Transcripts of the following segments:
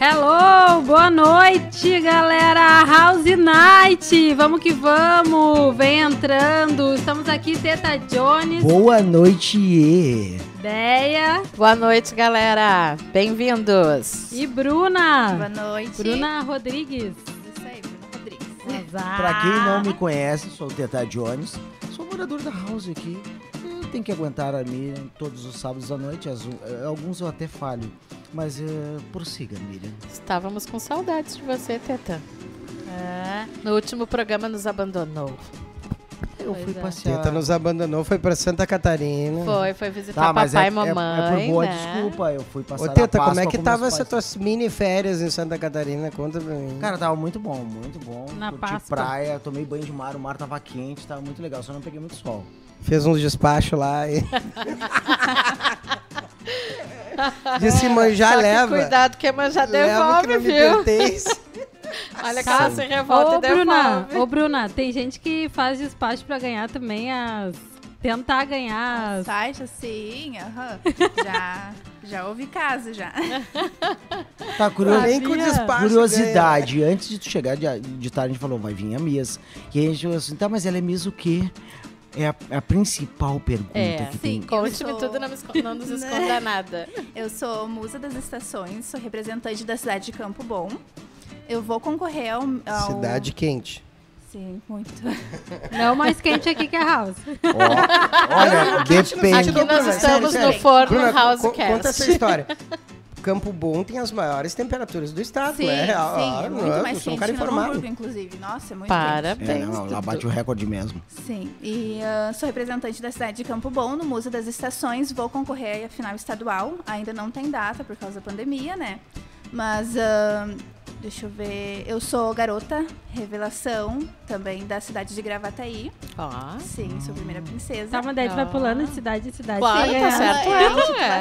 Hello, boa noite, galera. House Night, vamos que vamos. Vem entrando. Estamos aqui, Teta Jones, Boa noite! Deia Boa noite, galera. Bem-vindos. e Bruna. Boa noite. Bruna Rodrigues. Isso aí, Bruna Rodrigues. Ah. Pra quem não me conhece, sou o Teta Jones, sou morador da House aqui. Eu tenho que aguentar a Miriam todos os sábados à noite, às um- eh, alguns eu até falho. Mas eh, prossiga, Miriam. Estávamos com saudades de você, Teta. No último programa nos abandonou. Eu fui Pois é. passear. Teta nos abandonou, foi pra Santa Catarina. Foi, foi visitar Tá, mas é, papai e é- é mamãe. por boa né? desculpa, eu fui passar Ô, a Teta, como Páscoa é que com tava meus essas pais. tuas mini férias em Santa Catarina? Conta pra mim. Cara, tava muito bom, muito bom. Na Curti Páscoa. praia, tomei banho de mar, o mar tava quente, tava muito legal, só não peguei muito sol. Fez uns despachos lá e... De se manjar, Só que leva. cuidado que a mãe já leva que devolve, não me viu? pertence. Olha que ela se revolta Ô, e devolve. Bruna, ô, Bruna, tem gente que faz despacho pra ganhar também as... Tentar ganhar as... Saixa, sim, assim, aham. Já, já houve caso, já. Tá curioso? Nem com Sabia? despacho. Curiosidade, antes de tu chegar de, de tarde, a gente falou, vai vir a Miss. E aí a gente falou assim, tá, mas ela é Miss o quê? É a, é a principal pergunta É, que sim. tem. Conte-me Eu sou- tudo, não, me esco- não nos esconda nada. Eu sou musa das estações, sou representante da cidade de Campo Bom. Eu vou concorrer ao. ganha. ao- Cidade quente. Sim, muito. Não é mais quente aqui que a House. Ó, olha, Aqui depende. Bruna, nós sério, estamos sério. no forno Bruna, House co- conta essa Cast. história. Campo Bom tem as maiores temperaturas do estado, sim, é real. sim, é Ah, muito não, mais eu sou um quente cara que no informado. Hamburgo, inclusive. Nossa, é muito quente. É, Parabéns. não, ela Dudu. bate o recorde mesmo. Sim, e ah, sou representante da cidade de Campo Bom, no Museu das Estações. Vou concorrer à final estadual. Ainda não tem data por causa da pandemia, né? Mas, ah, deixa eu ver. Eu sou garota, revelação, também da cidade de Gravataí. Ó. Sim, sou a primeira princesa. Tá, mas daí tu vai pulando de cidade em cidade. Claro, Sim, tá é. certo. É, a É.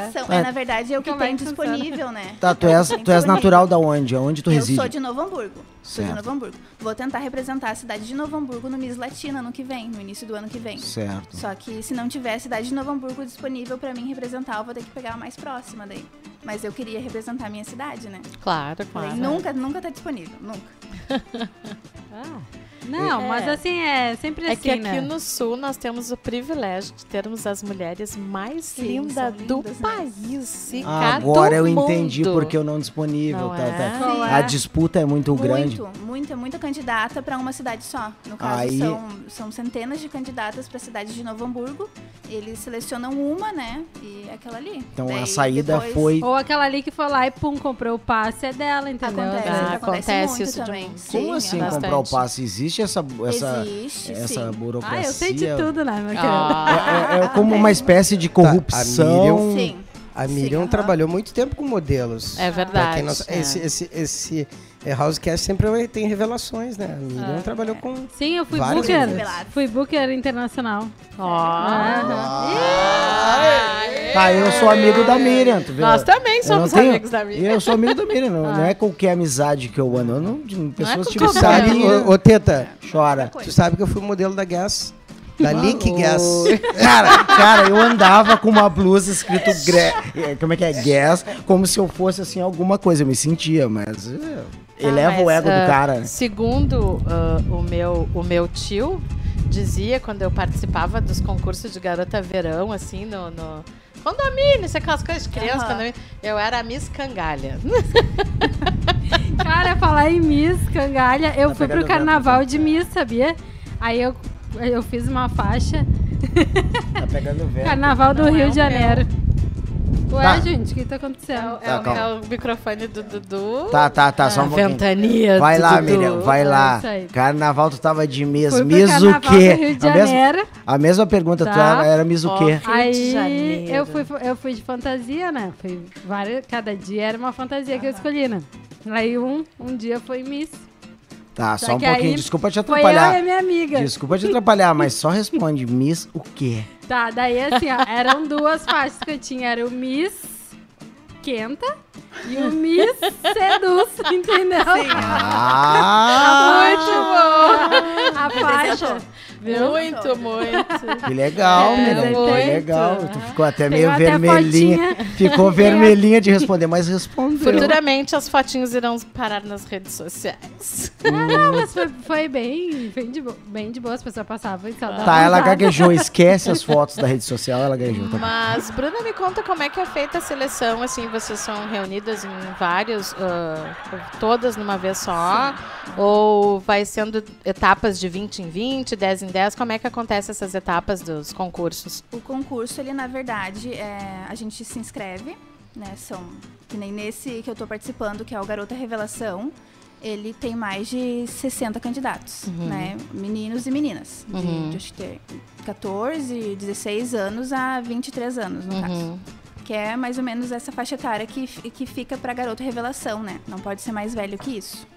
intitulação. É, na verdade, é o que Como é tem que funciona? disponível, né? Tá, tu É o que és, tem tu és disponível. natural da onde? Aonde tu Eu reside? sou de Novo Hamburgo. Sou de Certo. Novo Hamburgo. Vou tentar representar a cidade de Novo Hamburgo no Miss Latina ano que vem, no início do ano que vem. Certo. Só que se não tiver a cidade de Novo Hamburgo disponível pra mim representar, eu vou ter que pegar a mais próxima daí. Mas eu queria representar a minha cidade, né? Claro, Falei, claro. nunca, nunca tá disponível, nunca. Ah. Não, É. mas assim, é sempre É assim, que aqui né? no sul nós temos o privilégio de termos as mulheres mais Sim, lindas são do lindas, né? país. e cada Ah, um Agora eu entendi mundo. porque eu não disponível. Não tá, é? tá. Qual Sim. A disputa é muito, grande. Muito, muita, muita candidata pra uma cidade só. No caso, Aí- são, são centenas de candidatas pra cidade de Novo Hamburgo. Eles selecionam uma, né? E é aquela ali. Então Daí a saída depois- foi. Ou aquela ali que foi lá e pum, comprou o passe, é dela, entendeu? Acontece, Ah, acontece, acontece muito isso de um- também. muito. Sim, Como assim aham. bastante. comprar o passe? Existe essa, essa, Existe, essa sim. burocracia? Ah, eu sei de tudo, né, meu querido? Ah, É, é como uma espécie de corrupção. Miriam- Sim. A Sim, Miriam aham. trabalhou muito tempo com modelos. é Pra verdade. quem não sa- é. Esse, esse, esse é, Housecast sempre tem revelações, né? A Miriam trabalhou com. Sim, eu fui Vários booker. revelados. Fui booker internacional. Ó. Ah. Tá, eu sou amigo da Miriam, tu viu? Nós tá também Tá Eu somos não tenho- amigos da Miriam. Eu sou amigo da Miriam, não, Ah. não é qualquer amizade que eu ando. Eu não, é de- pessoas com tipo qualquer sabe, amigo. ô, Ô, ô, Teta, ô, chora. tu sabe que eu fui modelo da Gas. Da Leak Gas. Cara, cara, eu andava com uma blusa escrito gre- é, como é que é? Gas, como se eu fosse assim alguma coisa, eu me sentia, mas é, eleva Ah, o mas, ego ah, do cara. né? Segundo ah, o, meu, o meu tio, dizia quando eu participava dos concursos de garota verão, assim, no. no condomínio, isso é aquelas coisas de criança. Aham. condomínio. Eu era a Miss Cangalha. Cara, falar em Miss Cangalha, eu Tá fui pegando né? pro o carnaval de Miss, sabia? Aí eu, eu fiz uma faixa, Tá pegando o velho. Carnaval do Não é Rio o de Janeiro. Ué, um Tá. gente, o que tá É, o- acontecendo? é o- calma. é o microfone do Dudu. Tá, tá, tá, só a um pouquinho. ventania. Vai lá, Dudu. Miriam, vai lá. Ah. isso aí. Carnaval, tu tava de mês. Fui pro Mês o Carnaval do Rio quê? de A mesma, Janeiro. a mesma pergunta, tu Tá. era, era mês o quê? Ó. Rio de Aí Janeiro. eu fui, eu fui de fantasia, né? Fui várias, cada dia era uma fantasia que eu escolhi, né? Aí um, um dia foi Miss. Tá, Só só um que aí pouquinho. Desculpa te Foi ela e a atrapalhar. minha amiga. Desculpa te atrapalhar, mas só responde Miss o quê? Tá, daí assim, ó, eram duas faixas que eu tinha. Era o Miss Quenta e o Miss Seduz, entendeu? Ah! é Muito bom! A faixa, Viu? Muito, muito. Que legal, É, menina. muito. Que legal. Tu ficou até É meio Pegou até a vermelhinha. Ficou vermelhinha de responder, mas respondeu. Futuramente as fotinhos irão parar nas redes sociais. Não, mas foi, foi bem, bem de, bo- bem de boa. As pessoas passavam e só davam Tá, ela risada. gaguejou. Esquece as fotos da rede social, ela gaguejou. Tá. Mas, Bruna, me conta como é que é feita a seleção, assim, vocês são reunidas em vários, ah, todas numa vez só, ou vai sendo etapas de 20 em 20, 10 em 10, como é que acontece essas etapas dos concursos? O concurso, ele na verdade, é, a gente se inscreve, né? São que nem nesse que eu tô participando, que é o Garota Revelação. Ele tem mais de 60 candidatos, né? Meninos e meninas. De, Uhum. de, acho que ter 14, 16 anos a 23 anos, no caso. Uhum. Que é mais ou menos essa faixa etária que, fi- que fica pra garota revelação, né? Não pode ser mais velho que isso.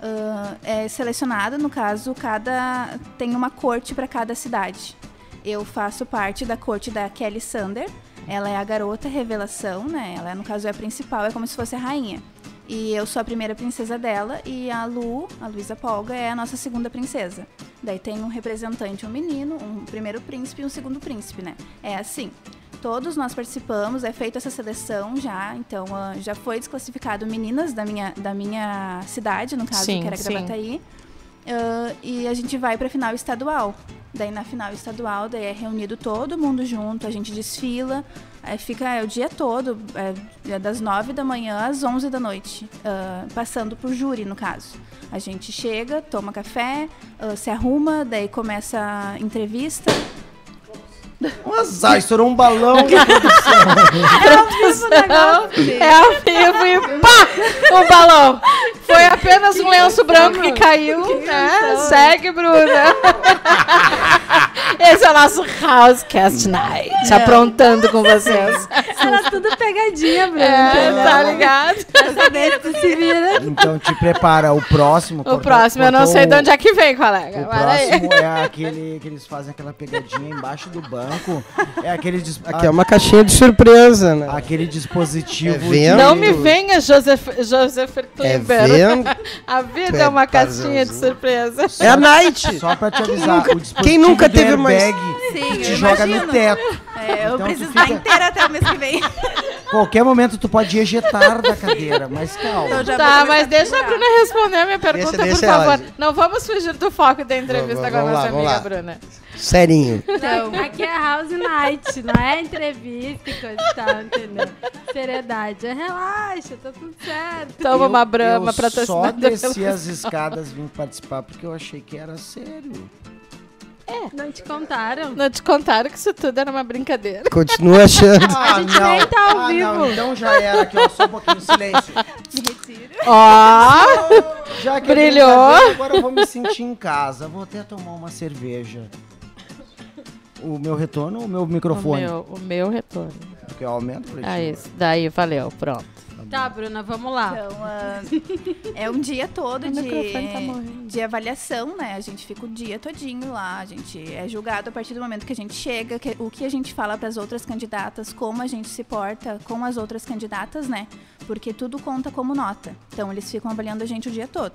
Ahn, é selecionado, no caso, cada tem uma corte pra cada cidade. Eu faço parte da corte da Kelly Sander. Ela é a garota revelação, né? Ela, no caso, é a principal, é como se fosse a rainha. E eu sou a primeira princesa dela e a Lu, a Luísa Polga, é a nossa segunda princesa. Daí tem um representante, um menino, um primeiro príncipe e um segundo príncipe, né? É assim. Todos nós participamos, é feita essa seleção já, então ah, já foi desclassificado meninas da minha, da minha cidade, no caso, Sim, que era sim. Gravataí. Ah, e a gente vai pra final estadual. Daí na final estadual, daí é reunido todo mundo junto, a gente desfila, aí fica é, o dia todo, é, é das 9 da manhã às 11 da noite, ah, passando por júri, no caso. A gente chega, toma café, ah, se arruma, daí começa a entrevista. Nossa, estourou um balão. É ao vivo e pá! O balão! Foi apenas um lenço branco que caiu, né? Segue, Bruna! Esse é o nosso Housecast Night, aprontando com vocês. Era tudo pegadinha, Bruno. É, entendeu? tá ligado? Tu se vira. Então te prepara. O próximo. O próximo eu não sei de onde é que vem, colega. O Para aí. próximo é aquele que eles fazem aquela pegadinha embaixo do banco. É aquele, dis- Aqui é uma caixinha de surpresa, né? aquele dispositivo. É vento? Não me venha, Joseph, Joseph É Klimber. vento. A vida é uma Pedazão. caixinha de surpresa. É a night. Só pra te avisar. o dispositivo quem nunca do teve uma- airbag Sim, que eu te joga no imagino. teto. É, eu Então, tu preciso fica- estar inteira até o mês que vem. Qualquer momento tu pode ejetar da cadeira, mas calma. Então já Tá, vou mas começar deixa a procurar. Bruna responder a minha pergunta, deixa por ela, favor. gente. Não vamos fugir do foco da entrevista Vamos- com a vamos nossa lá, vamos amiga lá. Bruna. Serinho. Não, aqui é house night, não é entrevista e coisa e tal, entendeu? Seriedade. É relaxa, tá tudo certo. Toma Então, uma brama eu pra tua só assinada desci as escadas vim participar porque eu achei que era sério. Não te contaram? Não te contaram que isso tudo era uma brincadeira. Continua achando. A gente nem tá ao ah, vivo. Não, então já era aqui, ó, só um pouquinho, silêncio. Ó! Já que é Brilhou. brincadeira, Agora eu vou me sentir em casa, vou até tomar uma cerveja. O meu retorno ou o meu o, microfone? meu, o meu retorno. Porque eu aumento pra ti. Ah, isso. Daí, valeu. Pronto. Tá, Bruna, vamos lá. Então, ah, é um dia todo O de, microfone tá morrendo. de avaliação, né? A gente fica o dia todinho lá, a gente é julgado a partir do momento que a gente chega, que- o que a gente fala para as outras candidatas, como a gente se porta com as outras candidatas, né? Porque tudo conta como nota. Então, eles ficam avaliando a gente o dia todo.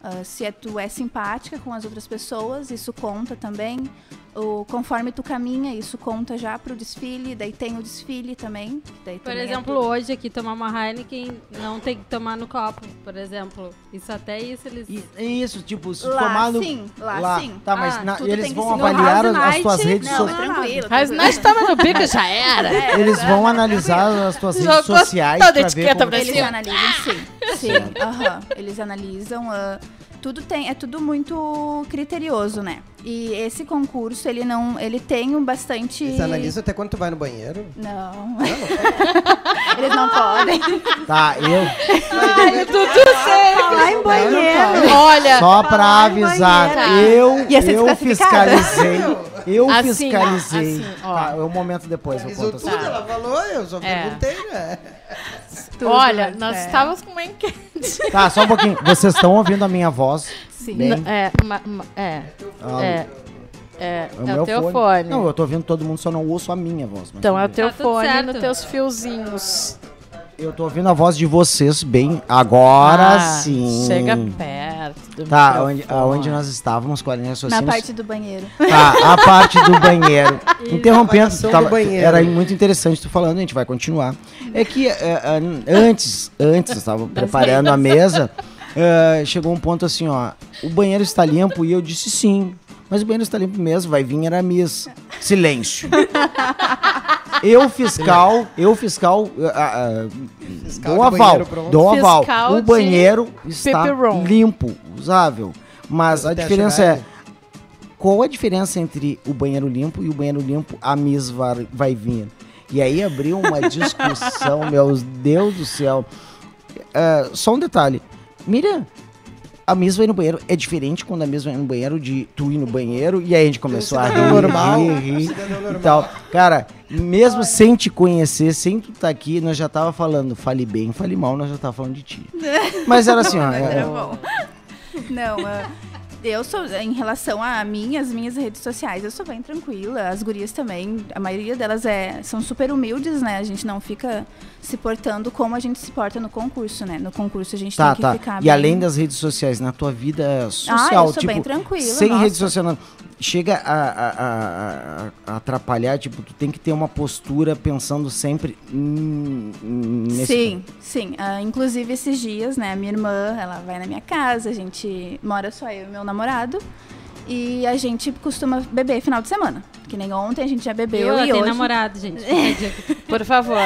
Ah, se é- tu é simpática com as outras pessoas, isso conta também. O, conforme tu caminha, isso conta já pro desfile, daí tem o desfile também. que daí Por também é exemplo, tudo- hoje aqui tomar uma Heineken não tem que tomar no copo, por exemplo. Isso até isso eles. E- é isso, tipo, se Lá tomar no... sim, lá sim. Tá, mas Ah, na- tudo eles tem que vão ser no avaliar House as, as tuas Night. redes É, Não, é sociais. tranquilo. Mas tranquilo. nós estamos no bico já era. Eles vão analisar as tuas redes Jogou sociais toda a pra ver etiqueta como... tu pra Eles Brasil. tá. analisam, sim. Sim, aham. Eles analisam. ah, tudo tem, é tudo muito criterioso, né? E esse concurso, ele não. Ele tem um bastante. Eles analisam até quando tu vai no banheiro. Não. Eles não podem. Tá, eu... Ai, tudo certo. Lá em banheiro. Olha, Só pra avisar, né? banheira. eu, Ia ser eu desclassificada. fiscalizei. Eu Assim, ó, fiscalizei. assim, ó. Tá, é um momento depois, eu Analisou conto. assim. tudo, ela falou, eu só É. perguntei, né? Tudo, olha, né? nós É. estávamos com uma enquete. Tá, só um pouquinho. Vocês estão ouvindo a minha voz? Sim. Bem? N- É, uma- uma- é, Ah, é, é, o é meu o teu fone. Não, eu tô ouvindo todo mundo, só não ouço a minha voz. mas Então é o tudo teu Tá tudo fone certo. nos teus fiozinhos. bem. Eu tô ouvindo a voz de vocês bem agora Ah, sim. Chega perto. do Tá, microfone. onde, aonde nós estávamos com a linha Na raciocínio. parte do banheiro. Tá, a parte do banheiro. Interrompendo, Avaliação do tava- banheiro. era muito interessante tu falando, a gente vai continuar. É que é, é, antes, antes, eu estava preparando a mesa, é, chegou um ponto assim, ó, o banheiro está limpo e eu disse sim. Mas o banheiro está limpo mesmo, vai vir Aramis. Silêncio. Eu fiscal, eu fiscal, ah, ah, Fiscal dou do aval, banheiro pronto. dou um aval. Fiscal O de banheiro está pepperoni. limpo, usável. Mas a Até diferença chegar é, qual a diferença entre o banheiro limpo e o banheiro limpo a Miss var- vai vir? E aí abriu uma discussão, meu Deus do céu. É, só um detalhe. Mira, a Miss vai no banheiro. É diferente quando a Miss vai no banheiro de tu ir no banheiro. E aí a gente começou a cidadão rir, normal, rir, um rir cidadão e normal. tal. Cara, mesmo sem te conhecer, sem tu tá aqui, nós já tava falando, fale bem, fale mal, nós já tava falando de ti. Mas era assim, ó. Era é- bom. Não, ah, eu sou, em relação a mim, as minhas redes sociais, eu sou bem tranquila. As gurias também, a maioria delas é, são super humildes, né? A gente não fica se portando como a gente se porta no concurso, né? No concurso a gente Tá, tem que tá. E ficar bem- além das redes sociais, na tua vida social, Ah, eu sou tipo, bem tranquila, sem nossa. rede social, não. chega a, a- a- a- a atrapalhar, tipo, tu tem que ter uma postura pensando sempre em- em- nesse Sim, sim. Ah, inclusive, esses dias, né, minha irmã, ela vai na minha casa, a gente mora só eu e meu namorado. E a gente costuma beber final de semana. Que nem ontem a gente já bebeu Ela e tem hoje. namorado, gente. Quer dizer que- Por favor,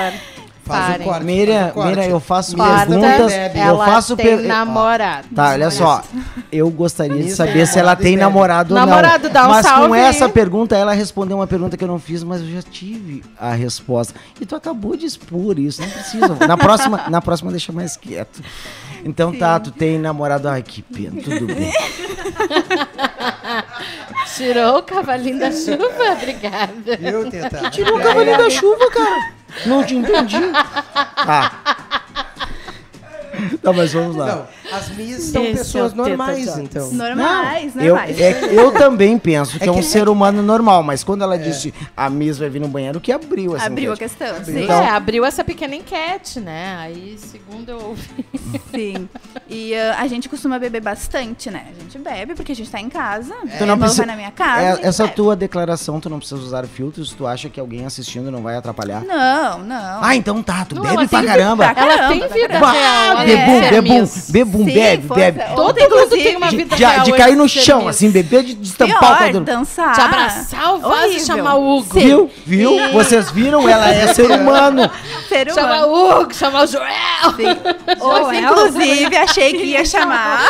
Faz o parem. corte. faz Mira, o corte. Mira, eu faço Corta, perguntas, bebe. eu né? Ela faço tem per- namorado. Tá, olha só. Eu gostaria de Isso, é saber se ela namorado e tem bebe. namorado ou não. Namorado, dá um mas com salve aí. essa pergunta, ela respondeu uma pergunta que eu não fiz, mas eu já tive a resposta. E tu acabou de expor isso, não precisa. na próxima, na próxima deixa mais quieto. Então tá, tu tem namorado. Ai, que pena, tudo bem. Tirou o cavalinho da chuva? Obrigada. Viu, Teta? Tirou o cavalinho da chuva, cara. Não te entendi. Tá. Tá, mas vamos lá. Não, as minhas são Esse pessoas é o Teta normais, Jones. então. Normais, Eu, normais. é que eu também penso que é, É um que- ser humano normal, mas quando ela disse a Miss vai vir no banheiro, que abriu essa Abriu a enquete. questão, Abriu. sim. Então- é, abriu essa pequena enquete, né? Aí, segundo eu ouvi. Sim. E ah, a gente costuma beber bastante, né? A gente bebe porque a gente tá em casa. Tu Minha não irmã precisa- vai na minha casa. a É, gente essa bebe. tua declaração, tu não precisa usar filtros, tu acha que alguém assistindo não vai atrapalhar? Não, não. Ah, então tá, tu Não, ela bebe pra tem caramba. pra Ela Caramba, tem tá vida Bah, real. ela bebum, é bebum, Miss. bebum, Sim, bebe, força. bebe. Ontem, Todo mundo tem inclusive, uma De, vida de- real. de cair no esse chão, Miss. assim, beber de destampar o Pior, cabelo. dançar. Te abraçar o vaso e Horrível. chamar o Hugo. Viu? Viu? Vocês viram? Ela é ser humano. Ser humano. Chamar o Hugo, chamar o Joel. Ou, Joel né, inclusive, achei que ia chamar.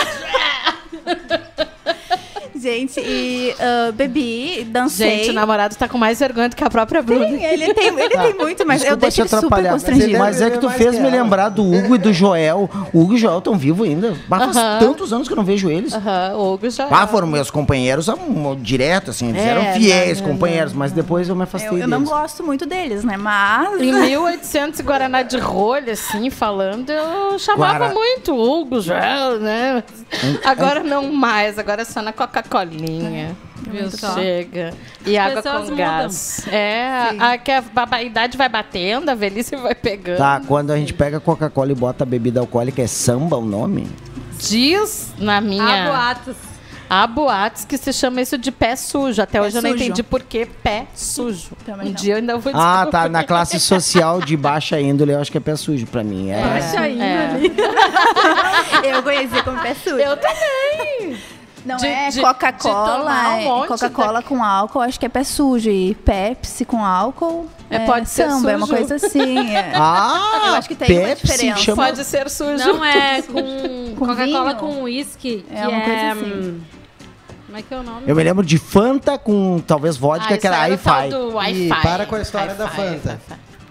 Gente, e ah, bebi, dancei. Gente, o namorado tá com mais vergonha do que a própria Bruna. Sim, ele tem, ele tem muito, mas eu Ah, Desculpa deixo te ele super atrapalhar. constrangido. Mas é que tu Mais fez que me ela. lembrar do Hugo e do Joel. O Hugo e o Joel estão vivos ainda. Mas faz Aham. tantos anos que eu não vejo eles. Aham, o Hugo já. Ah, foram meus companheiros um, direto, assim, eles É, eram fiéis não, não, companheiros, mas depois eu me afastei Eu, eu não deles. gosto muito deles, né? Mas. Em 1800 e Guaraná de rolha, assim, falando, eu chamava Guara- muito Hugo, Joel, né? Agora não mais, agora é só na Coca-Colinha. Viu É, só? Chega. E água pessoas com gás. É, a, que a, a idade vai batendo, a velhice vai pegando. Tá, quando a gente pega Coca-Cola e bota bebida alcoólica, é samba o nome? Diz na Há minha. boatos. Há boates que se chama isso de pé sujo. Até hoje eu não sujo. entendi por que pé sujo. Também um não. dia eu ainda vou Ah, descobrir. tá, na classe social de baixa índole, eu acho que é pé sujo pra mim. É. Baixa ainda é. ali. Eu conheci como pé sujo. Eu também. Não de- é de- de Coca-Cola, tomar um é monte Coca-Cola com álcool, acho que é pé sujo. E Pepsi com álcool. É, pode ser samba, é uma sujo. coisa assim. é. Ah, Eu acho que tem uma Pepsi diferença. chama- Pode ser sujo. Não é com Com Coca-Cola vinho? com uísque. É que uma coisa assim. hum, Como é que é o nome? Eu me lembro de Fanta com talvez vodka, Ah, que era aí é hi-fi. Ih, para com a história da Fanta.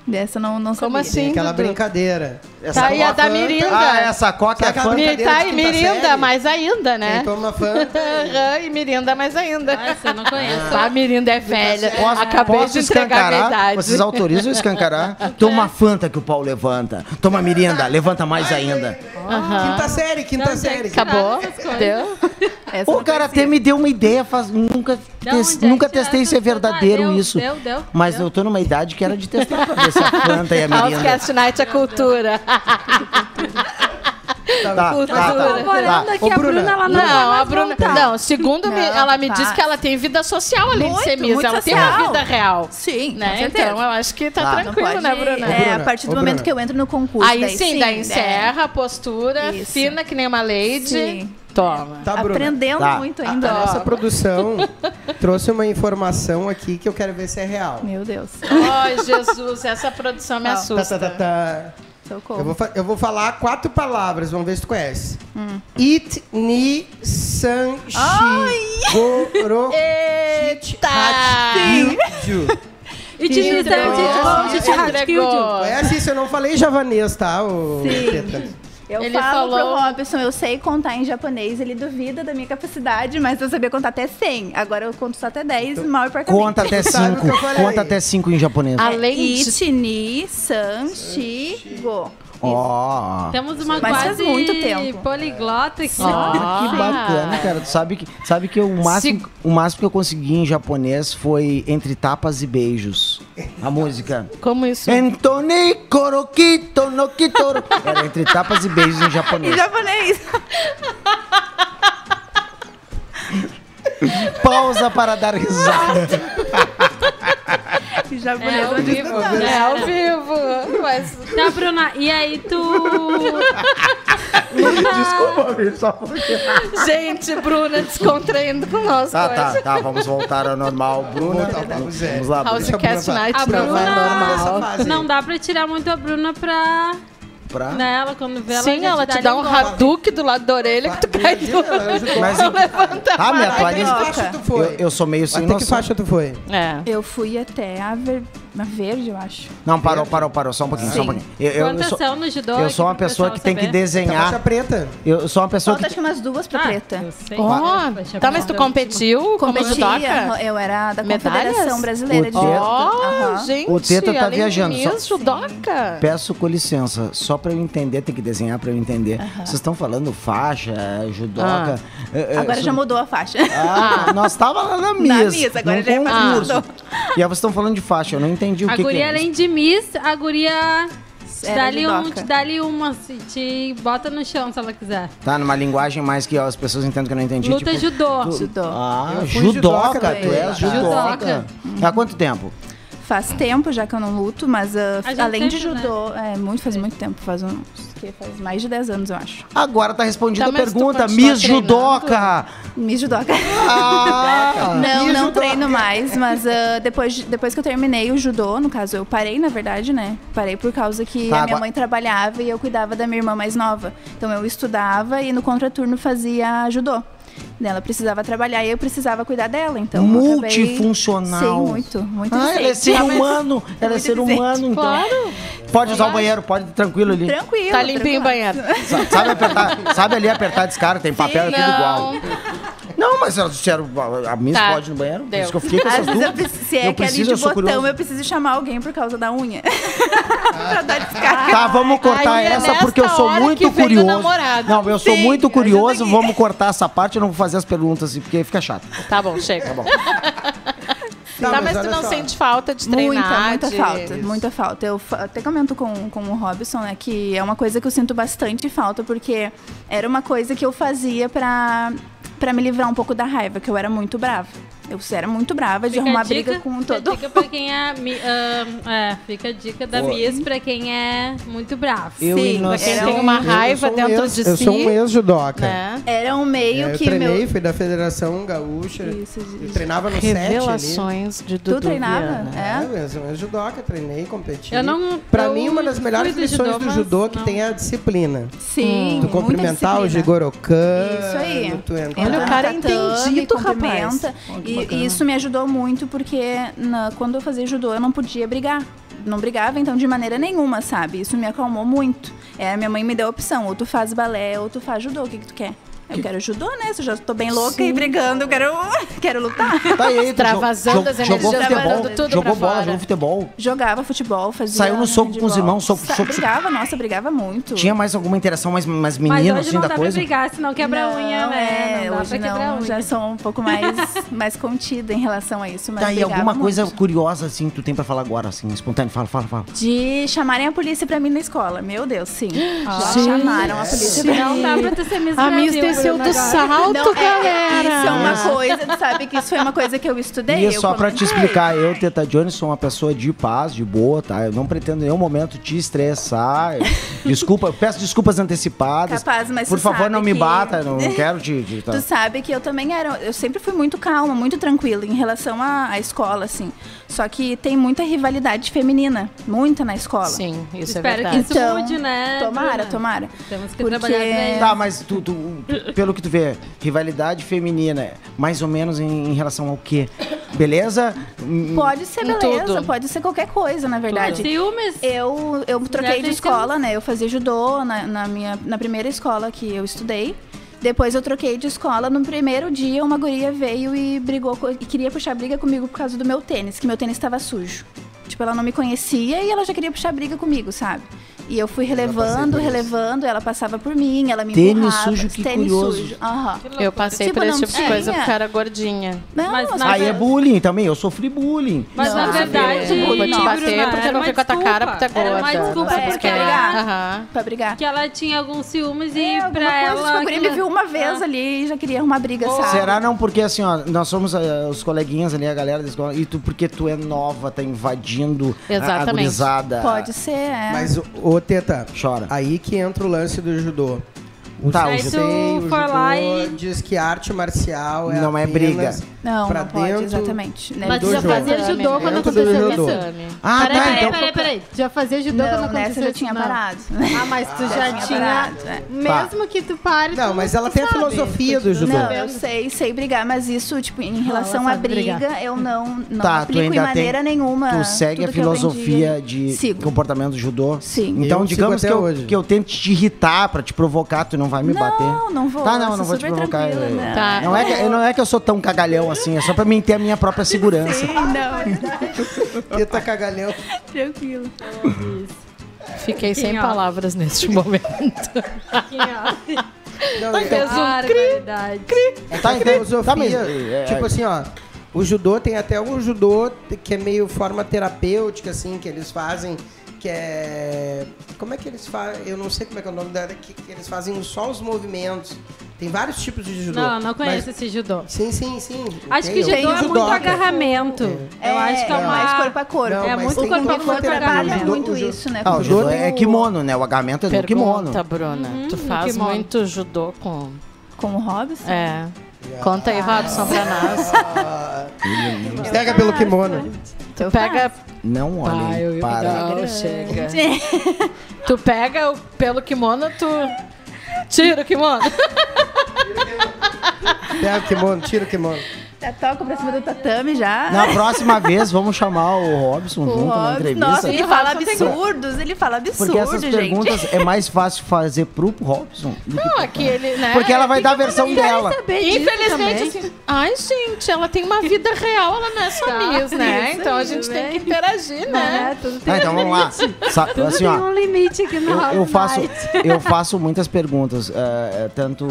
Dessa eu não, não Como sabia. assim? Aquela Dudu? brincadeira. É Essa Tá aí a Coca da Fanta. Mirinda. Ah, essa Coca Sabe é aquela Fanta. brincadeira Mi- Tá, de e quinta Mirinda série? Então, mais ainda, Quem né? toma Fanta. Aham, e Mirinda mais ainda. Ah, essa eu não conheço. A Mirinda é velha. Posso, Acabei posso de entregar a escancarar? verdade. Vocês autorizam eu escancarar? Toma Fanta que o pau levanta. Toma Mirinda, levanta mais ainda. Aham. Quinta série, quinta série. Acabou? Essas coisas. Deu? assim? Essa eu O não cara conhecia. até me deu uma ideia, faz, nunca, Da tes- onde é nunca que tiraram testei se essas coisas? é Ah, verdadeiro deu, isso. deu, deu, mas deu. Tá, eu tô numa idade que era de É testar pra ver se a planta e a House mirinda. Cast Night é cultura. Tá tá, Tá tá, corroborando tá. aqui, Ô, a Bruna. Bruna, ela não, vai Não, mais a Bruna. voltar. Não, segundo me- tá. Não, ela me disse faz. que ela tem vida social além de Muito, ser Miss. muito Ela tem uma social. vida real. Sim, com Né? certeza. Ah, Então eu acho que tá Tá. Não tranquilo, né, Bruna? É, Bruna, a partir do ô, momento Bruna. que eu entro no concurso. Aí sim, daí né? encerra a postura, Isso. fina que nem uma lady. Sim. Toma. Tá, Bruna. Aprendendo Tá. muito A, a ainda. nossa produção trouxe uma informação aqui que eu quero ver se é real. Meu Deus. Ai, Jesus, essa produção me Ó, Tá, tá, assusta. tá, tá. Eu, vou Socorro. fa- eu vou falar quatro palavras, vamos ver se tu conhece. Hum. It, ni, san, shi, go, ro, chit, hat, ju. E te Entregou, disseram, te bom, te entregou. te- te- te- Conhece isso? Eu não falei javanês, tá? ô Teta? Eu Ele falo falou- pro Robson, eu sei contar em japonês, ele duvida da minha capacidade, mas eu sabia contar até 100. Agora eu conto só até 10, mal e porcamente. Então, Conta até Tá Sabe o cinco. que eu falei? Conta até cinco em japonês. Ah, Além de- It, ni, san, shi, go. Ó. Temos uma Mas faz quase muito tempo. poliglota aqui. Ah, Que bacana, cara. Tu sabe que, sabe que o, máximo, o máximo que eu consegui em japonês foi entre tapas e beijos. A música. Como isso? É Entone korokito no kitoro. Era entre tapas e beijos em Em japonês. japonês. Pausa para dar risada. Em É japonês. ao não diz vivo, nada. né? É ao vivo. Mas Tá, Bruna, e aí tu... Desculpa, amigo, só porque. Gente, Bruna descontraindo conosco Tá, hoje. tá, tá. Vamos voltar ao normal, Bruna. Voltar pro zero. Vamos lá, Bruna. House Cast Bruna vai- Night A Bruna vai Bruna- normal dessa fase aí. Não dá pra tirar muito a Bruna pra... Pra- Né, ela, quando vê ela... Sim, já ela te dá um rabo. Hadouken do lado da orelha que tu cai do... Ela ajudou. Mas- Não levanta Tá, me mais. Até que atualiza. faixa tu foi? Eu, eu sou meio sem Até que noção. faixa tu foi? É. Eu fui até a, ver... a verde, eu acho. Não, parou, parou, parou. Só um pouquinho, só um Sim. pouquinho. Eu, eu- eu Quantas sou, são no judô? eu sou uma aqui pro pessoa pessoal que tem que saber? Tá faixa desenhar. preta. Eu sou uma pessoa que. Falta acho que umas duas pra Ah, preta. Eu sei. Oh, tá, mas tu competiu Ah, como judoca? eu era da Medalhas? Confederação Brasileira de O Judo. dedo. Ó, Aham. gente, O Teta tá além de viajando, só- Miss, judoca. Peço com licença, só pra eu entender, tem que desenhar pra eu entender. Vocês estão falando faixa, judoca. é, é, Agora isso- já mudou a faixa. Ah, nós tava lá na Na missa. missa, agora num já é mais concurso. mudou. E aí vocês estão falando de faixa, eu não entendi o A que, que guria, é. isso. além de Miss, a guria te Era dá, ali um, judoca. te dá ali uma, se te bota no chão se ela quiser. Tá numa linguagem mais que ó, as pessoas entendem que eu não entendi. Luta tipo, judô. tu- Judô. Ah, Eu fui judoca, judoca tu também. és judoca. Hum. Judoca. Há quanto tempo? Faz tempo já que eu não luto, mas ah, A gente além de sempre, né? judô, é, muito, faz muito tempo, faz uns que faz mais de 10 anos, eu acho. Agora tá respondida Tá, a mas tu pergunta, continua Miss treinando? Judoca! Me judoca. Ah, não, Miss não Judoca. treino mais, mas ah, depois, de- depois que eu terminei o judô, no caso, eu parei, na verdade, né? Parei por causa Tá, que a minha agora- mãe trabalhava e eu cuidava da minha irmã mais nova. Então eu estudava e no contraturno fazia judô. Ela precisava trabalhar e eu precisava cuidar dela, então. eu acabei- Multifuncional. Sim, muito, muito Ah, ela é eficiente. ser humano. Ela é Muito ser decente. humano, então. Claro. Pode usar o banheiro, pode ir tranquilo ali. Tranquilo. Tá limpinho o tranquilo. banheiro. Sa- Sabe, apertar, sabe ali apertar descarga, tem papel, é tudo igual. Não, mas ela disseram, a Miss Tá. pode ir no banheiro? Por Deu. isso que eu fiquei com Às essas vezes eu dúvidas. preciso, se é eu que ali preciso, de eu sou botão, curioso. eu preciso chamar alguém por causa da unha. pra dar descarga. Tá, vamos cortar Aí é essa porque eu nesta sou hora que muito vem o curioso. namorado. Não, eu sou Sim, muito ajuda curioso. aqui. Vamos cortar essa parte, eu não vou fazer as perguntas assim, porque fica chato. Tá bom, chega. Tá, mas, tu Tá, olha não só. sente falta de Muita, treinar? muita de- falta, muita falta. Eu fa- até comento com, com o Robson, né, que é uma coisa que eu sinto bastante falta, porque era uma coisa que eu fazia pra, pra me livrar um pouco da raiva, que eu era muito brava. Eu era muito brava de Fica arrumar a dica, briga com fica a todo dica pra quem é, mi- ahn, é, fica a dica da Boa. Miss pra quem é muito bravo. Eu Sim, inoc- Pra quem Era tem um- uma Eu- eu raiva sou um dentro ex- de Eu si. sou um ex-judoca. né? Era um meio É, eu que treinei, meu... fui da Federação Gaúcha. Isso, Eu isso. treinava no set ali. Revelações de Dudu Tu treinava? Viana. É? É, eu sou um ex-judoca, treinei, competi. Eu não- pra eu mim, uma das melhores fui do lições judô, do mas judô que não. tem é a disciplina. Sim, Tu muita cumprimentar o disciplina. Jigorokan. Isso aí. Tu entrar. Olha, o cara é entendido, me rapaz. Então, cumprimenta. E, e isso me ajudou muito, porque na- quando eu fazia judô, eu não podia brigar. Não brigava, então, de maneira nenhuma, sabe? Isso me acalmou muito. É, minha mãe me deu a opção, ou tu faz balé, ou tu faz judô, o que que tu quer? Eu quero judô, né? Se eu já tô bem louca e brigando, eu quero, quero lutar. Tá aí, tu jo- Extravasando jo- as jogou energias, futebol, jogando tudo pra jogou bola, fora. jogou futebol. Jogava futebol, fazia. Saiu no soco com os handball. irmãos, soco, Sa- soco, soco. Brigava, nossa, brigava muito. Tinha mais alguma interação mais, Mas mais menino, hoje assim, não da dá coisa? pra brigar, senão quebra a unha, né? é, não dá hoje pra quebrar a não, unha. já sou um pouco mais, mais contida em relação a isso. Mas Tá aí brigava alguma muito. coisa curiosa, assim, que tu tem pra falar agora, assim, espontâneo. Fala, fala, fala. De chamarem a polícia pra mim na escola. Meu Deus, sim. Já Gente. chamaram a polícia pra Não dá pra tu ser Miss A Miss Brasil, desceu Bruna, Ah, do agora. salto, Não, galera. Isso é uma coisa, tu sabe que isso foi uma coisa que eu estudei. E eu "Ah, só pra te comentei. explicar, eu, Teta Jones, sou uma pessoa de paz, de boa, tá? Eu não pretendo em nenhum momento te estressar. Desculpa, eu peço desculpas antecipadas. Capaz, mas Por tu favor, sabe não me que- bata, não quero te... te- tá. Tu sabe que eu também era. Eu sempre fui muito calma, muito tranquila em relação à, à escola, assim. Só que tem muita rivalidade feminina, muita na escola. Sim, isso é Espero que verdade. isso Então, mude, né? Tomara, Bruna? tomara. Temos que Porque- trabalhar bem. Tá, mas tu, tu- tu- pelo que tu vê, rivalidade feminina, é mais ou menos em, em relação ao quê? Beleza? Hum, Pode ser Em beleza, tudo. pode ser qualquer coisa, na verdade. Ciúmes? Eu, eu Já troquei tem de escola, né? Eu fazia judô na, na minha, na primeira escola que eu estudei. Depois eu troquei de escola. No primeiro dia, uma guria veio e brigou co- e queria puxar briga comigo por causa do meu tênis, que meu tênis estava sujo. Tipo, ela não me conhecia e ela já queria puxar briga comigo, sabe? E eu fui relevando, relevando, ela passava por mim, ela me Tênis empurrava. sujo, que tênis curioso. sujo. Aham. Eu passei Tipo, por esse não tipo de coisa, eu tinha. cara gordinha. Não, Mas as na Aí é pessoas- bullying também, eu sofri bullying. Mas Não, na não, verdade, eu vou te Bruna, bater era porque eu não uma fico com a tua desculpa. cara porque tu é Era uma gorda. desculpa É, porque porque era- ela, é Aham. Pra brigar. que ela tinha alguns ciúmes e É, alguma pra coisa, ela... tipo, a guria me aquilo- viu uma vez né? Ah. ali e já queria arrumar briga, sabe? Será não? Porque assim, ó, nós somos eh, os coleguinhas ali, a galera da escola, e tu, porque tu é nova, tá invadindo a Exatamente. agonizada. Pode ser, é. Mas, ô Teta, Chora. aí que entra o lance do judô. O Tá, o Sei, judô- o Isso judô foi lá e- diz que arte marcial é Não é briga. apenas Não, pra não pode, dentro- exatamente. né? Mas Do tu já jogo. fazia judô quando Dentro do aconteceu judô. isso? Ah, peraí, tá, peraí, então. peraí, peraí. Tu Já fazia judô quando Não, aconteceu nessa eu já isso? tinha Não. parado. Ah, mas tu já tinha tinha... parado, é. tá. Mesmo que tu pare... Não, tu mas ela tem a sabe. filosofia do judô. Não, eu sei, sei brigar, mas isso, tipo, em relação à ela sabe briga, brigar. eu não, não Tá, tu aplico em ainda maneira tem- nenhuma. Tu segue tudo a que eu aprendi. filosofia de Sigo. comportamento do judô. Sim. Então, Eu sigo digamos que até eu, hoje. que eu tente te irritar pra te provocar, tu não vai me Não, bater. não vou, Tá, eu não, sou não vou te super provocar. tranquila, né? eu- não. Tá. Não, é que, eu- não é que eu sou tão cagalhão assim, é só pra mim ter a minha própria segurança. Sim, não, Teta cagalhão. tranquilo. Fiquei sem Quem, ó? palavras neste momento. é Então Fez um Não, Barbaridade. Tá, tá, então- filosofia. tá, mas- é, tipo é. assim, ó. O judô tem até um judô que é meio forma terapêutica, assim, que eles fazem. Que é. Como é que eles fazem? Eu não sei como é que é o nome da. Que, que eles fazem um só os movimentos. Tem vários tipos de judô. Não, não conheço mas- esse judô. Sim, sim, sim. Acho que Tem, um judô é eu tenho muito judoca. agarramento. Eu acho que é é mais uma... corpo a corpo. Não, É mas muito tem corpo a toda corpo, terapia. Trabalha O judô- muito o ju- isso, né? Ah, o porque judô judô tem é o- kimono, né? O agarramento é do kimono. Pergunta, Bruna. Hum, tu no faz kimono. muito judô com... Com o Robson. É. Conta aí, Robson, Ah. pra nós. Pega pelo kimono. Tu pega... Não Tá, Ah, eu olhem ia para... Não, chega. Tu pega o pelo kimono, tu... Tira o kimono. Pega o kimono, tira o kimono. Já toca pra cima do tatame já. Na próxima vez, vamos chamar o Robson O junto na Robson- entrevista. Nossa, ele O fala Robson tem absurdos, ele fala absurdos, porque essas gente. perguntas é mais fácil fazer pro Robson. do que- Não, aqui ele, né? Porque ela vai dar a versão dela. Infelizmente, assim, ai, gente, ela tem uma vida real, ela não é só Miss, né? Então a gente tem que interagir, é? né? Ah, então vamos lá. Sa- assim, Tem ó. um limite aqui no Eu, eu House faço, Night. eu faço muitas perguntas. eh, eh, tanto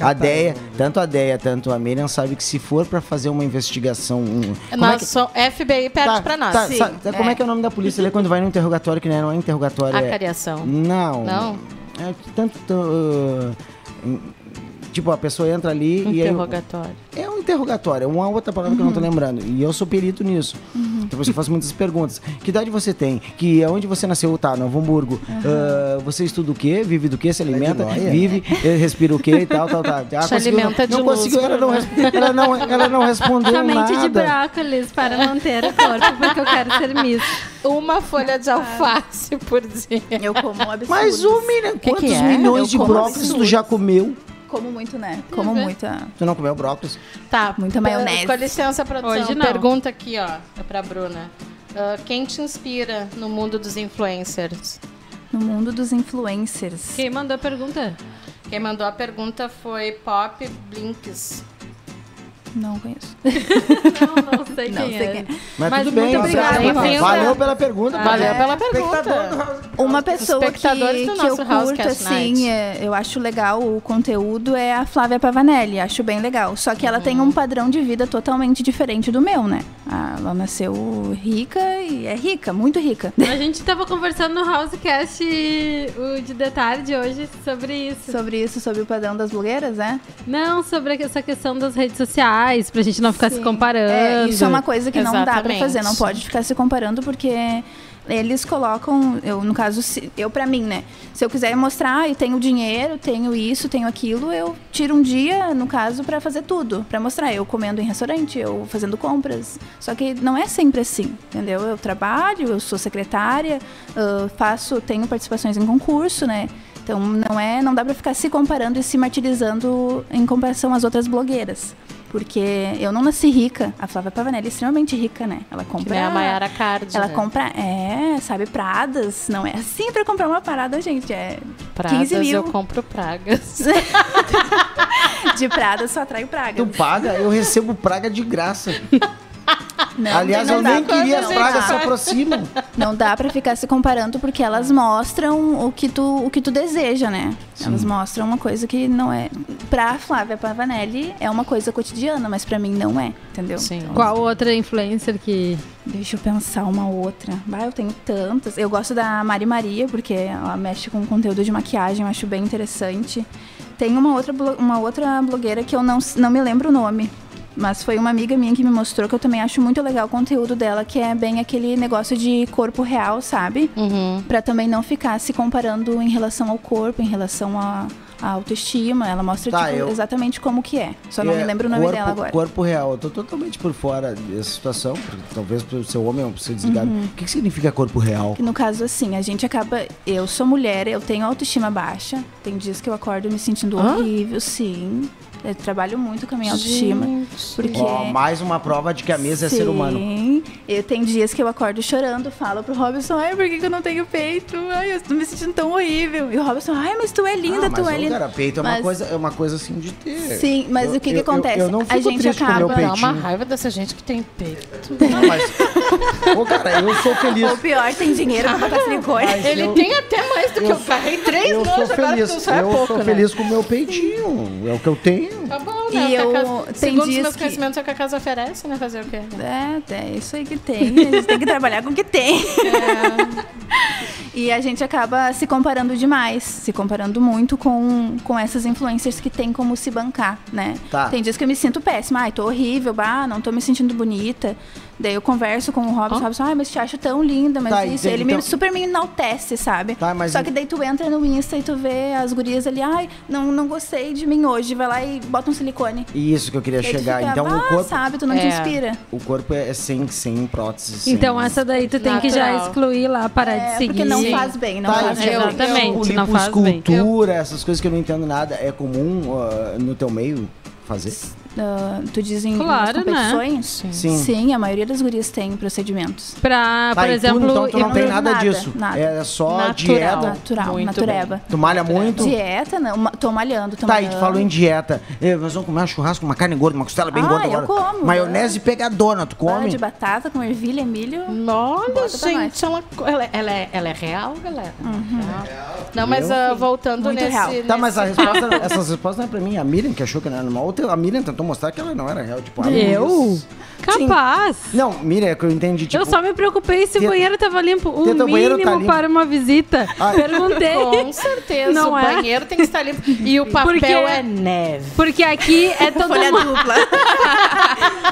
a Deia, tanto a Deia, tanto a Miriam sabe que se for pra fazer uma investigação. Um, como é Nós que, só- FBI perde pra nós. tá, Sim, sabe- sabe como é. é. que é o nome da polícia ali quando vai no interrogatório, que não é um interrogatório? A é- cariação. Não. Não? É que tanto. uh, em- tipo, a pessoa entra ali e. aí- Um Interrogatório. Uhum. é um interrogatório, é uma outra palavra que eu não tô lembrando. E eu sou perito nisso. Então você faz muitas perguntas. Que idade você tem? Que onde você nasceu? Tá, Novo Hamburgo. Ah, você estuda o quê? Vive do quê? Se alimenta? nóia. Vive, eh, respira o quê? E tal, tal, tal. Ah, Se conseguiu, não, alimenta de não conseguiu, luz, ela não, res- ela não, ela não respondeu Somente de nada. brócolis para manter o corpo, porque eu quero ser Miss. Uma folha de alface por dia. Eu como absurdos. Mas um milhão, Que que quantos é? milhões Eu de como brócolis tu absurdos. já comeu? Como muito, né? Como muita... Tu não comeu brócolis? Tá, Muita maionese. Com licença, produção. Hoje não. Pergunta aqui, ó, é pra Bruna. Ah, quem te inspira no mundo dos influencers? no mundo dos influencers. Quem mandou a pergunta? Quem mandou a pergunta foi Pop Blinks. Não conheço. Não, não sei Não, sei quem é. Mas, Mas tudo bem, muito obrigada, Marcelo, bem-vinda. valeu pela pergunta. é, Valeu porque pela É. Espectador tá do pergunta. House. Uma pessoa que, que espectadores do eu nosso curto, Housecast Night. assim, é, eu acho legal o conteúdo é a Flávia Pavanelli, acho bem legal. Só que ela tem um padrão de vida totalmente diferente do meu, né? Ah, Ela nasceu rica e é rica, muito rica. A gente tava conversando no Housecast o de detalhe de hoje sobre isso. Sobre isso, sobre o padrão das blogueiras, né? Não, sobre essa questão das redes sociais, pra gente não ficar se Sim. comparando. É, isso é uma coisa que não dá pra Exatamente. fazer, não pode ficar se comparando porque eles colocam, eu no caso, se- eu pra mim, né? Se eu quiser mostrar, ah, eu tenho dinheiro, tenho isso, tenho aquilo, eu tiro um dia, no caso, pra fazer tudo, pra mostrar, eu comendo em restaurante, eu fazendo compras. Só que não é sempre assim, entendeu? Eu trabalho, eu sou secretária, ah, faço, tenho participações em concurso, né? Então não é, não dá pra ficar se comparando e se martirizando em comparação às outras blogueiras. Porque eu não nasci rica. A Flávia Pavanelli é extremamente rica, né? Ela Que compra. nem a Mayara Card. Ela né? compra, é, sabe, Pradas. Não é assim pra comprar uma parada, gente. É, Pragas, 15 mil. eu compro pragas. de Prada só atrai praga. Tu paga, eu recebo praga de graça. Não, Aliás, não eu dá nem pra- queria, as não pragas dá. se aproximam. Não dá pra ficar se comparando porque elas mostram o que tu, o que tu deseja, né? Elas mostram uma coisa que não é. Pra Flávia Pavanelli é uma coisa cotidiana, mas pra mim não é, entendeu? Sim. Qual outra influencer que. Deixa eu pensar uma outra. Bah, eu tenho tantas. Eu gosto da Mari Maria, porque ela mexe com conteúdo de maquiagem, eu acho bem interessante. Tem uma outra, blo- uma outra blogueira que eu não, s- não me lembro o nome. Mas foi uma amiga minha que me mostrou que eu também acho muito legal o conteúdo dela, que é bem aquele negócio de corpo real, sabe? Uhum. Pra também não ficar se comparando em relação ao corpo, em relação à à autoestima. Ela mostra Tá, tipo, eu- exatamente como que é. Só não É, me lembro o nome corpo- dela agora. Corpo real. Eu tô totalmente por fora dessa situação, porque talvez pro seu homem eu preciso desligar. Uhum. O que, que significa corpo real? Que no caso, assim, a gente acaba. Eu sou mulher, eu tenho autoestima baixa. Tem dias que eu acordo me sentindo horrível, sim. Eu trabalho muito com a minha autoestima. É um Porque. Ó, mais uma prova de que a mesa é ser humano. Sim. Eu tenho dias que eu acordo chorando, falo pro Robson, ai, por que, que eu não tenho peito? Ai, eu tô me sentindo tão horrível. E o Robson, ai, mas tu é linda, Ah, tu mas é o linda. cara, peito é uma, Mas- coisa, é uma coisa assim de ter. Sim, mas Eu- o que eu- que eu- acontece? eu não a fico gente triste com o meu acaba. peito. Dá é uma Peitinho. raiva dessa gente que tem peito. Não, mas... Ô, cara, eu sou feliz. Ou pior, tem dinheiro pra botar silicone. Mas Ele eu- tem até mais do que eu, carrei três eu sou nojos, agora feliz. tu só é eu pouco, sou né? feliz com o meu peitinho. É o que eu tenho. Tá bom, E né? O que a eu- casa- tem Segundo os dias meus que- conhecimentos, é o que a casa oferece, né? Fazer o quê? É, é isso aí que tem. A gente tem que trabalhar com o que tem. e a gente acaba se comparando demais, se comparando muito com, com essas influencers que tem como se bancar, né? Tá. Tem dias que eu me sinto péssima, ai, tô horrível, bah, não tô me sentindo bonita. Daí eu converso com o Robson, Ó. Robson, ai, mas te acho tão linda, mas Tá, isso. então- Ele me, então- super me enaltece, sabe? Tá, mas Só en- que daí tu entra no Insta e tu vê as gurias ali, ai, não, não gostei de mim hoje, vai lá e bota um silicone. E Isso que eu queria Daí tu chegar. fica, então, "Bah, o corpo, sabe, tu não te É. inspira. o corpo é é sem, sem prótese. sem- Então, essa daí tu tem que já Natural. excluir lá, parar de É, seguir. porque não Sim. faz bem, não Tá, faz então, bem. eu- Exatamente, tipo, não faz bem. liposcultura, essas coisas que eu não entendo nada, é comum ah, no teu meio fazer? Ah, tu diz em Claro, né? nas competições? Sim. a maioria das gurias tem procedimentos. Pra, Tá, Ah, por e tu, exemplo, então tu não eu- tem eu- nada, nada, disso. nada. É só Natural. dieta. Natural, muito natureba. Tu malha muito? Dieta, não. ma- Tô malhando, tô Tá, e malhando. tu falou em dieta. É, nós vamos comer um churrasco, uma carne gorda, uma costela bem Ah, gorda eu agora. como, Maionese pegadona, tu Bala come? de batata com ervilha, milho. Olha, Bota pra gente, ela, ela, ela é, ela é real, galera. Real. Não, mas ah, voltando Uhum. Muito nesse, real. nesse... Tá, mas a resposta, essas respostas não é pra mim. A Miriam que achou que não era normal. ou te- A Miriam tentou mostrar que ela não era real. Tipo, ah, Eu? isso. Capaz. Não, Miriam, é que eu entendi. Tipo, eu só me preocupei se Tenta- o banheiro tava limpo. O Tenta o banheiro mínimo tá limpo. para uma visita. Ah. Perguntei. Com certeza, Não o é? banheiro tem que estar limpo. E o papel Porque- é neve. Porque aqui é todo Folha mundo. dupla.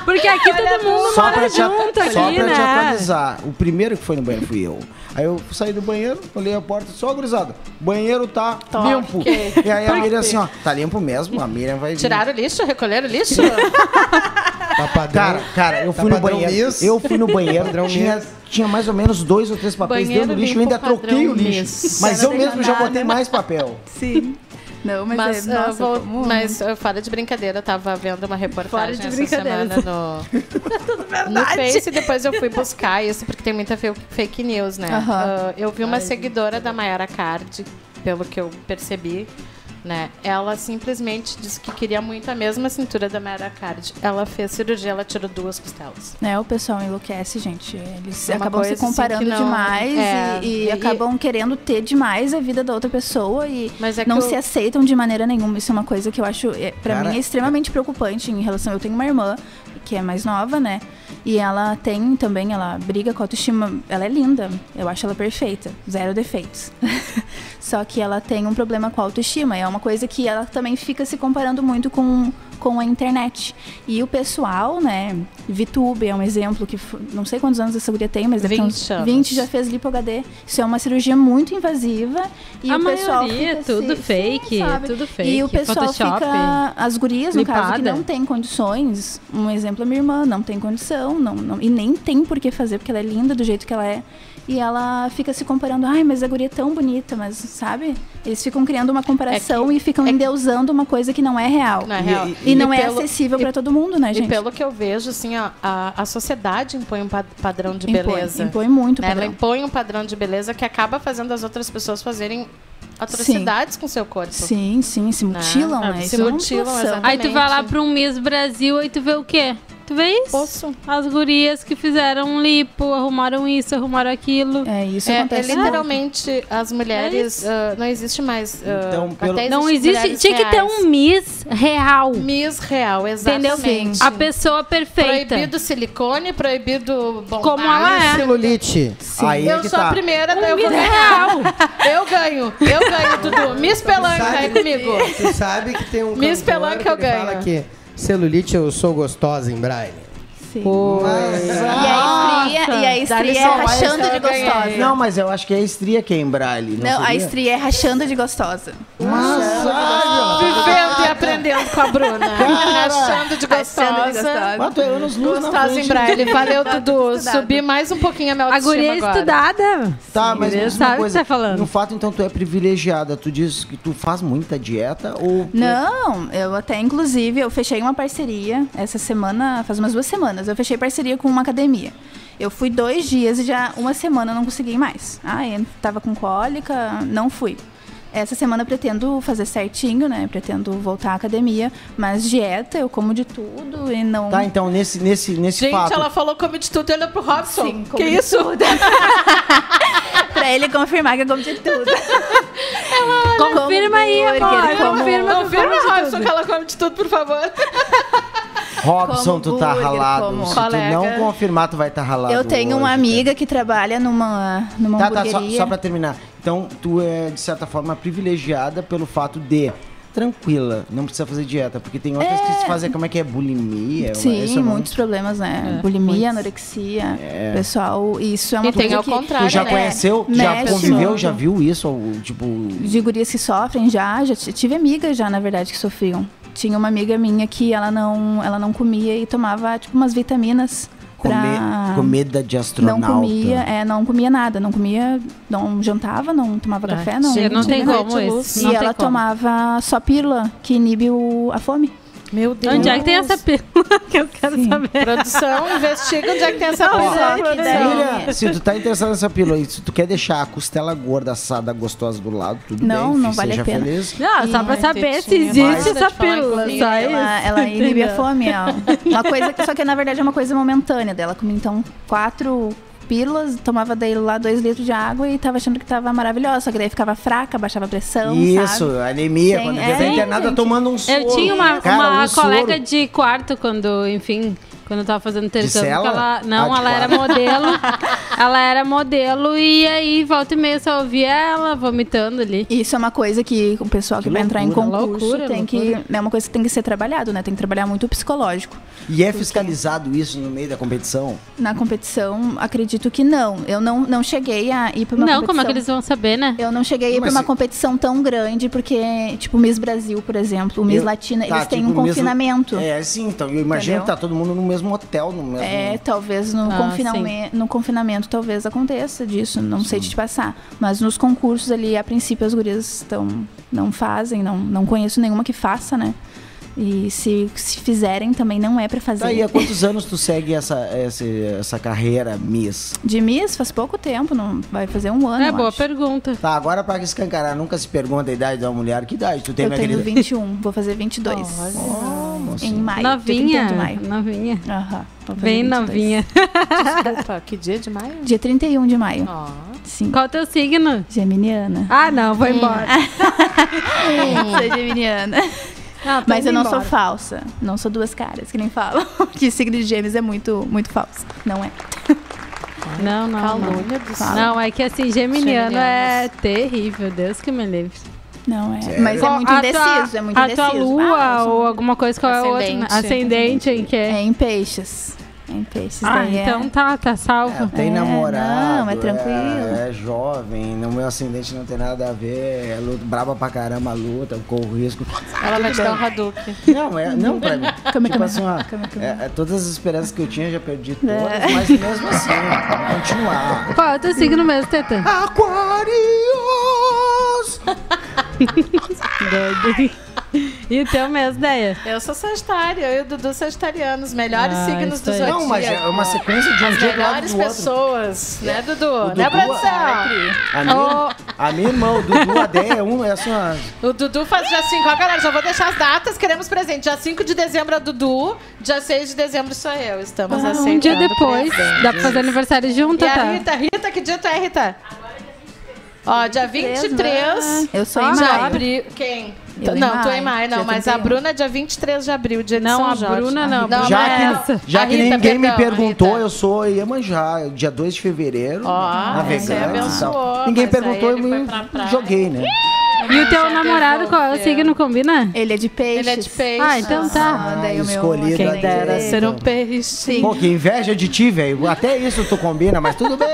Porque aqui todo mundo Só mora pra, te, junto só aqui, pra te né? atualizar, o primeiro que foi no banheiro fui eu. Aí eu saí do banheiro, olhei a porta, só gurizada, banheiro tá limpo. E aí a Miriam assim, ó, tá limpo mesmo, a Miriam vai vir. Tiraram o lixo? Recolheram o lixo? Tá padrão. Cara, cara, eu Tá fui no padrão banheiro, Miss? eu fui no banheiro, tinha, tinha mais ou menos dois ou três papéis Banheiro dentro do lixo, eu limpo, ainda troquei o padrão lixo. Miss. Mas Pra eu não mesmo já deixar botei mais papel. Sim. Não, mas, Mas, é, ah, nossa, vou- como- mas, ah, fora de brincadeira, eu tava vendo uma Fora reportagem de essa brincadeira. semana no, no Face e depois eu fui buscar isso, porque tem muita fe- fake news, né? Aham. Ah, eu vi uma seguidora da Mayara Card, pelo que eu percebi, né? Ela simplesmente disse que queria muito a mesma cintura da Mayara Card. Ela fez cirurgia, ela tirou duas costelas. né, o pessoal enlouquece, gente. Eles É uma acabam se coisa, assim, comparando que não- demais é, e, e e- acabam querendo ter demais a vida da outra pessoa e Mas é que não eu- se aceitam de maneira nenhuma. Isso é uma coisa que eu acho, é, pra Cara, mim, é extremamente preocupante em relação. Eu tenho uma irmã que é mais nova, né? E ela tem também, ela briga com a autoestima. Ela é linda, eu acho ela perfeita, zero defeitos. Só que ela tem um problema com a autoestima. É uma coisa que ela também fica se comparando muito com, com a internet. E o pessoal, né? VTube é um exemplo que fo- não sei quantos anos essa guria tem, mas deve ter uns 20 anos. 20 já fez lipo HD. Isso é uma cirurgia muito invasiva. E a o pessoal maioria, fica se- tudo sim, fake, sabe? tudo fake. E o pessoal Photoshop. fica. As gurias, no caso, que Lipada. não tem condições. Um exemplo, a minha irmã não tem condição, não, não- e nem tem por que fazer, porque ela é linda do jeito que ela é. E ela fica se comparando, ai, mas a guria é tão bonita, mas sabe? Eles ficam criando É uma comparação e ficam endeusando uma coisa que não é real. Não é real. E, não é pelo- acessível pra todo mundo, né, E gente? pelo que eu vejo, assim, ó, a, a sociedade impõe um pa- padrão de impõe, beleza. impõe muito, né? Ela padrão. impõe um padrão de beleza que acaba fazendo as outras pessoas fazerem atrocidades com seu corpo. Sim, sim, se mutilam, Ah, né? se Isso é uma mutilam, mutilação. exatamente. Aí tu vai lá pra um Miss Brasil e tu vê o quê? Tu vê isso? Poço. As gurias que fizeram um lipo, arrumaram isso, arrumaram aquilo. É, isso É, é acontece muito. literalmente as mulheres. ah, não existe mais. ah, Então, pelo- até É Não existe existe. mulheres Tinha que ter um reais. Miss real. Miss real, Entendeu? exatamente. A pessoa perfeita. Proibido silicone, proibido bombar. Como ela é. Celulite. Aí Eu que sou tá. a primeira, daí eu Miss vou ganhar. real. Eu ganho, eu ganho, Dudu. Miss Pelanca, vai comigo. Você sabe que tem um Miss cantor Pelanca que eu ele fala ganho. que celulite eu sou gostosa em Braille. Sim. Mas, E a estria, e a Dali estria só é mais rachando eu de ganhei. gostosa. Não, mas eu acho que é a estria que é em Braille. Não, Não, a seria? estria é rachando de gostosa. Mas, Vivendo e aprendendo com a Bruna. Achando de Rachando de gostosa. gostosa. mas tu é anos luz na Gostosa em frente. braille. Valeu, Dudu. Estudado. Subi mais um pouquinho a minha A guria autoestima é agora. estudada. Tá, mas Ele me diz sabe o uma que coisa. tá falando. No fato, então, tu é privilegiada. Tu diz que tu faz muita dieta ou... tu- é- Não, eu até, inclusive, eu fechei uma parceria essa semana, faz umas duas semanas, eu fechei parceria com uma academia. Eu fui dois dias e já uma semana eu não consegui mais. Ah, eu tava com cólica, não fui. Essa semana eu pretendo fazer certinho, né? Pretendo voltar à academia, mas dieta, eu como de tudo e não. Tá, então, nesse, nesse, nesse Gente, fato... ela falou come de tudo e olhou pro Robson. Sim, que come de isso? pra ele confirmar que eu como de tudo. Confirma aí, amor. hambúrguer, Confirma, como- Confirma, confirma de Robson, tudo. que ela come de tudo, por favor. Robson, como tu tá burger, ralado. como Se colega. tu não confirmar, tu vai estar ralado Eu tenho uma hoje, né? amiga que trabalha numa, numa Tá, tá, só, hamburgueria. só pra terminar. Então, tu é, de certa forma, privilegiada pelo fato de. Tranquila, não precisa fazer dieta, porque tem outras que se fazem, como é que é? Bulimia? Esse Sim, é o nome? muitos problemas, né? Bulimia, anorexia, pessoal, isso é uma E tem coisa ao que- contrário, Tu já né? conheceu? Já Mexe conviveu? muito. Já viu isso? Ou, tipo. de gurias que sofrem já, já t- tive amigas já, na verdade, que sofriam. Tinha uma amiga minha que ela não, ela não comia e tomava, tipo, umas vitaminas Comer, pra... Comida de Não astronauta. comia, é, não comia nada, não comia, não jantava, não tomava café, não. Chega, não tem nada. como esse. E Não tem ela como. tomava só pílula, que inibe o- a fome. Meu Deus. Onde é que tem essa pílula que eu quero saber? Produção, investiga onde é que tem essa só que pílula. daí- Filha, se tu tá interessado nessa pílula e se tu quer deixar a costela gorda, assada, gostosa do lado, tudo Não, bem, fi, não vale a seja pena. feliz. Não, só pra Ai, saber se tetinha, existe basta essa de falar em pílula. comida, Só isso. Ela, ela inibe a fome, ó. Uma coisa, que- só que na verdade é uma coisa momentânea dela. Comia então quatro pílulas, tomava daí lá dois litros de água e tava achando que tava maravilhosa. Só que daí ficava fraca, baixava a pressão, Isso, sabe? anemia, Tem- quando é, é, tá internada gente. tomando um soro. Eu tinha uma, Cara, uma um soro. colega de quarto quando, enfim, quando eu tava fazendo intercâmbio, cela? que ela não, Ah, de ela era quarto. modelo. ela era modelo e aí volta e meia só ouvia ela vomitando ali. Isso é uma coisa que o pessoal que, Que vai entrar em loucura, concurso loucura, tem que. É uma coisa que tem que ser trabalhado, né? Tem que trabalhar muito o psicológico. E é fiscalizado isso no meio da competição? Na competição, acredito que não. Eu não, não cheguei a ir pra uma não, competição. como é que eles vão saber, né? Eu não cheguei a ir pra Mas uma se- competição tão grande, porque, tipo, Miss Brasil, por exemplo, o Miss Eu- Latina, Tá, eles têm tipo, um mesmo- confinamento. É, sim, então. Eu imagino Entendeu? que tá todo mundo no mesmo mesmo hotel, no mesmo. É, talvez no, Ah, confiname- no confinamento talvez aconteça disso, não sei te passar. Mas nos concursos ali, a princípio, as gurias estão, não fazem, não, não conheço nenhuma que faça, né? E se, se fizerem também não é pra fazer. Daí, Tá há quantos anos tu segue essa, essa, essa carreira, Miss? De Miss faz pouco tempo, não vai fazer um ano. É eu boa acho. pergunta. Tá, agora pra escancarar, nunca se pergunta a idade da mulher. Que idade tu tem, Eu minha tenho querida? 21, vou fazer 22. Ah, moça. em maio. dia 31 novinha. de maio. Novinha. Aham, vou fazer Bem 22. novinha. Desculpa, que dia de maio? Dia 31 de maio. Ó. Sim. Qual é o teu signo? Geminiana. Ah, não, vou embora. Sou geminiana. Ah, tô Mas eu indo não embora. sou falsa. Não sou duas caras, que nem falam. que signo de gêmeos é muito, muito falso. Não é. Não, Ah, não, não. Calúnia do céu. Não, é que assim, geminiano é terrível. Deus que me livre. Não é. Mas é Qual- muito a tua- indeciso. é muito a indeciso. tua lua Ah, eu sou- ou alguma coisa que é outra. né? Ascendente. Ascendente em que É é. em peixes. É em peixes. Ah, daí é- então tá, tá É, salvo. tem É, namorado. não, é tranquilo. É, é jovem, no meu acidente não tem nada a ver. É luta, braba pra caramba a luta, corro risco. Ela vai te dar um Hadouken. Não, é, não pra mim. Calma, Tipo calma. assim, ó, Calma, calma. É. é, é, todas as esperanças que eu tinha, eu já perdi todas, mas mesmo assim, vamos continuar. Qual é o teu signo mesmo, Tetã? Aquários! Doido. E o teu mesmo, Deia? Eu sou Sagitário, eu e o Dudu Sagitarianos, melhores Ah, signos isso do aí. zodíaco. Não, mas é uma sequência de um dia do lado melhores do outro. pessoas, né, Dudu? O né, Dudu- é- produção? A minha, Oh. a minha irmã, o Dudu, a Deia, é um, é assim, ó, O Dudu faz dia 5. Ó, galera, já vou deixar as datas. Queremos presente. Dia 5 de dezembro é o Dudu. Dia 6 de dezembro sou eu. Estamos Ah, aceitando. um dia depois. presente. Dá pra fazer aniversário junto, E a tá? Rita, Rita, que dia tu é, Rita? Ó, dia 23. né? Eu sou Ah, em de maio. abril. Quem? Eu em não, tu é maio, em maio, não. dia Mas a 31. Bruna, dia 23 de abril, dia de Não, São a Jorge. Bruna não. Não, é Já mas- que- essa. Já A que Rita, ninguém me perdão, a perguntou, Rita. eu sou Iemanjá, dia 2 de fevereiro, Ó, navegante você e tal. abençoou, Ninguém mas aí perguntou, eu ele foi me pra praia. joguei, né? E o teu namorado, qual é o signo? Combina? Ele é de peixes. Ele é de peixe. Ah, então tá. Ah, daí o meu Escolhido ascendente- Quem dera ser um peixe. Sim. Pô, que inveja de ti, velho. Até isso tu combina, mas tudo bem.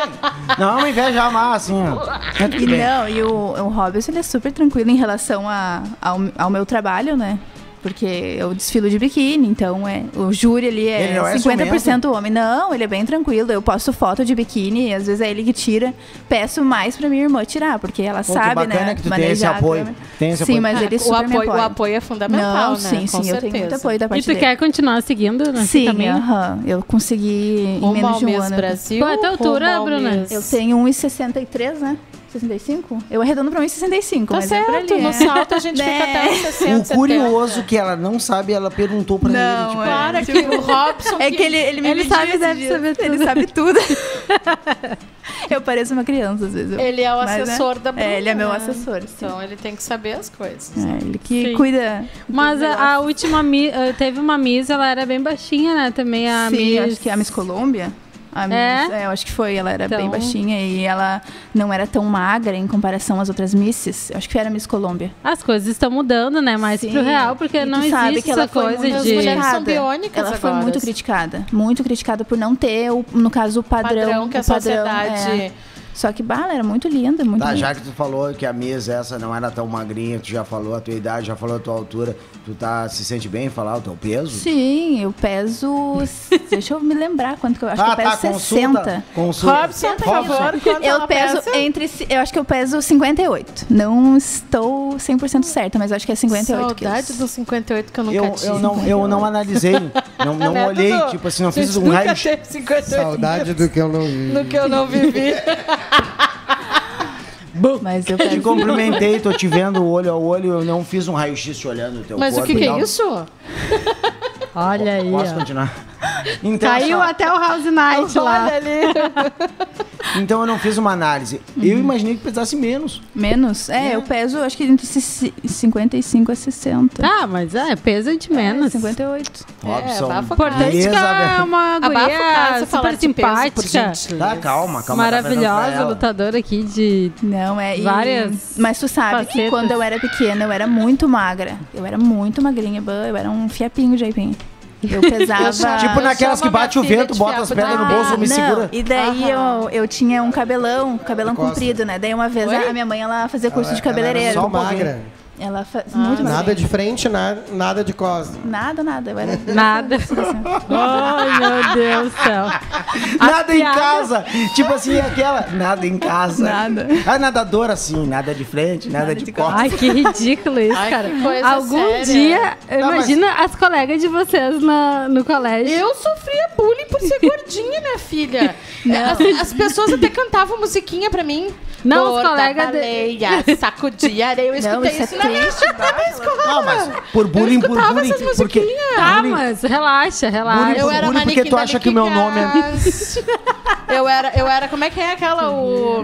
Não é uma inveja má, assim, ó. Mas E tudo bem. não, e o, o Robson ele é super tranquilo em relação a, ao, ao meu trabalho, né? Porque eu desfilo de biquíni, então é, o júri ali é, Ele não é 50% homem. Não, ele é bem tranquilo. Eu posto foto de biquíni, às vezes é ele que tira. Peço mais pra minha irmã tirar, porque Pô, ela que sabe, bacana né? que tu tem esse manejar a apoio. câmera. Tem esse sim, apoio. mas ele Ah, o Ah, super me apoio, o apoio. apoio é fundamental, Não, né? sim, Com sim, eu certeza. tenho muito apoio da parte E tu dele. quer continuar seguindo né? nesse Sim, caminho? aham. eu consegui em Rumo menos ao de um Miss ano. Brasil. Tá Qual é a tua altura, rumo ao Bruna? Miss- Eu tenho 1,63, né? 65? Eu arredondo pra 1,65, Tá mas é por certo, ali, no é. salto a gente fica até uns 60, O 70. curioso que ela não sabe, ela perguntou é pra ele. Tipo, Claro que o Robson... É que ele, ele me Ele pediu sabe, esse deve dia. saber Ele tudo. sabe tudo. eu pareço uma criança, às vezes. eu- Ele é o Mas, né? assessor da Bruna. Então, É, ele é meu né? assessor, sim. Então ele tem que saber as coisas. É, ele que Sim. cuida. Mas a, a última mi- eh, teve uma Miss, ela era bem baixinha, né? Também a Sim, Miss. acho que é a Miss Colômbia. A Miss, É? é? eu acho que foi. Ela era bem Então- baixinha e ela não era tão magra em comparação às outras Misses. Eu acho que era a Miss Colômbia. As coisas estão mudando, né? Mais Sim. pro real, porque E tu não sabe existe que ela essa foi coisa muito As de. mulheres são criticada. biônicas Ela foi agora. muito criticada. Muito criticada por não ter, o- no caso, o padrão. Padrão que o a padrão, sociedade... é. Só que, bah, ela era muito linda, muito Tá, linda. já que tu falou que a mesa essa não era tão magrinha, tu já falou a tua idade, já falou a tua altura, tu tá, se sente bem em falar o teu peso? Sim, eu peso. Deixa eu me lembrar quanto que eu acho que eu peso 60. Ah, tá, Consulta. Robson, por favor, quanto Eu ela peso pesa? entre. ci- Eu acho que eu peso 58. Não estou 100% certa, mas eu acho que é 58 Saudade quilos. dos 58 que eu nunca Eu, tive. eu, não, eu não analisei, não, não Né, olhei, Dudu? tipo assim, não Gente, fiz um nunca raio teve 58 Saudade do que eu não vi. no que eu não vivi. Mas eu Te peso. cumprimentei, tô te vendo olho a olho, eu não fiz um raio-x te olhando o teu Mas o corpo. que, que então- é isso? Olha aí. Posso ó. continuar? Então, Caiu assim, até o House Night lá. Olha ali. ó, então eu não fiz uma análise. Uhum. Eu imaginei que pesasse menos. Menos? É, eu peso, acho que entre ci- 55 a 60. Ah, mas é, peso é de É, menos. 58. É, Robson. abafa a Importante que ela é Elizabeth. uma Abafa o guria caso, fala super de peso, por simpática, gentileza. Tá, calma, calma. tá vendo pra maravilhosa, ela. lutadora aqui de... Não, é. e- Várias Mas tu sabe facetas. que quando eu era pequena, eu era muito magra. Eu era muito magrinha, bah, eu era um fiapinho de aipim. Eu pesava. Ah, Tipo naquelas que chama bate o minha filha vento, de bota as fiapo Ah, pedras no também. bolso, me não, segura. E daí eu, eu tinha um cabelão, cabelão Costa. comprido, né? Daí uma vez a, a minha mãe ela fazia curso de Ela era É, cabeleireiro. Só magra. Ela faz Ah. muito mais Nada de frente, nada, nada de costas. Nada, nada. Eu era... Nada. Ai, meu Deus do céu. Nada em piada- casa. Tipo assim, aquela. Nada em casa. Nada. A nadadora, assim, nada de frente, nada, de, costas. Ai, que ridículo isso, Ai, cara. que coisa Algum séria. dia, Não, mas- imagina as colegas de vocês na, no colégio. Eu sofria bullying por ser gordinha, minha filha. As, as pessoas até cantavam musiquinha pra mim. Não, os Gorda, colegas de- baleia, saco de areia. Eu Não, escutei isso é isso, na minha triste, escola. Não, mas por bullying, por escutava bullying. essas Porque musiquinhas. Tá, bullying- mas relaxa, relaxa. Eu por era bullying, porque manequim tu da acha que o meu nome é- Liquigas. Eu era, eu era, como é que é aquela, o...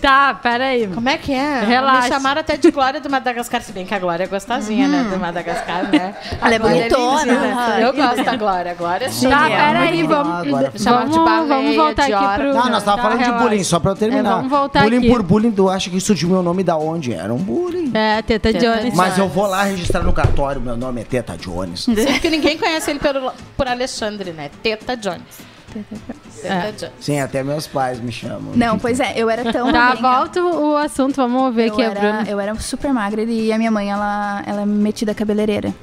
Tá, peraí. Como é que é? Relaxa. Me chamaram até de Glória do Madagascar, se bem que a Glória é gostosinha, né, Hum. do Madagascar, né? Ela é A Glória bonitona, lindinha, né? aham. Eu gosto da Glória, a Glória é Tá, Genial, peraí, muito vamos, bom agora. Chamar de vamos, baleia, vamos voltar idiota. aqui pro... Não, nós tava Tá, falando de relaxa. bullying, só pra eu terminar. É, vamos voltar bullying aqui. por bullying, tu acha que surgiu meu nome da onde? Era um bullying. É, Teta Teta Jones. Mas eu vou lá registrar no cartório, meu nome é Teta Jones. Porque ninguém conhece ele pelo, por Alexandre, né? Teta Jones. Teta Jones. Sim, até meus pais me chamam. Não, pois é, eu era tão. Tá, magrinha. volta o assunto, vamos ver eu, aqui, a Bruna. era, eu era super magra e a minha mãe, ela, ela é metida cabeleireira.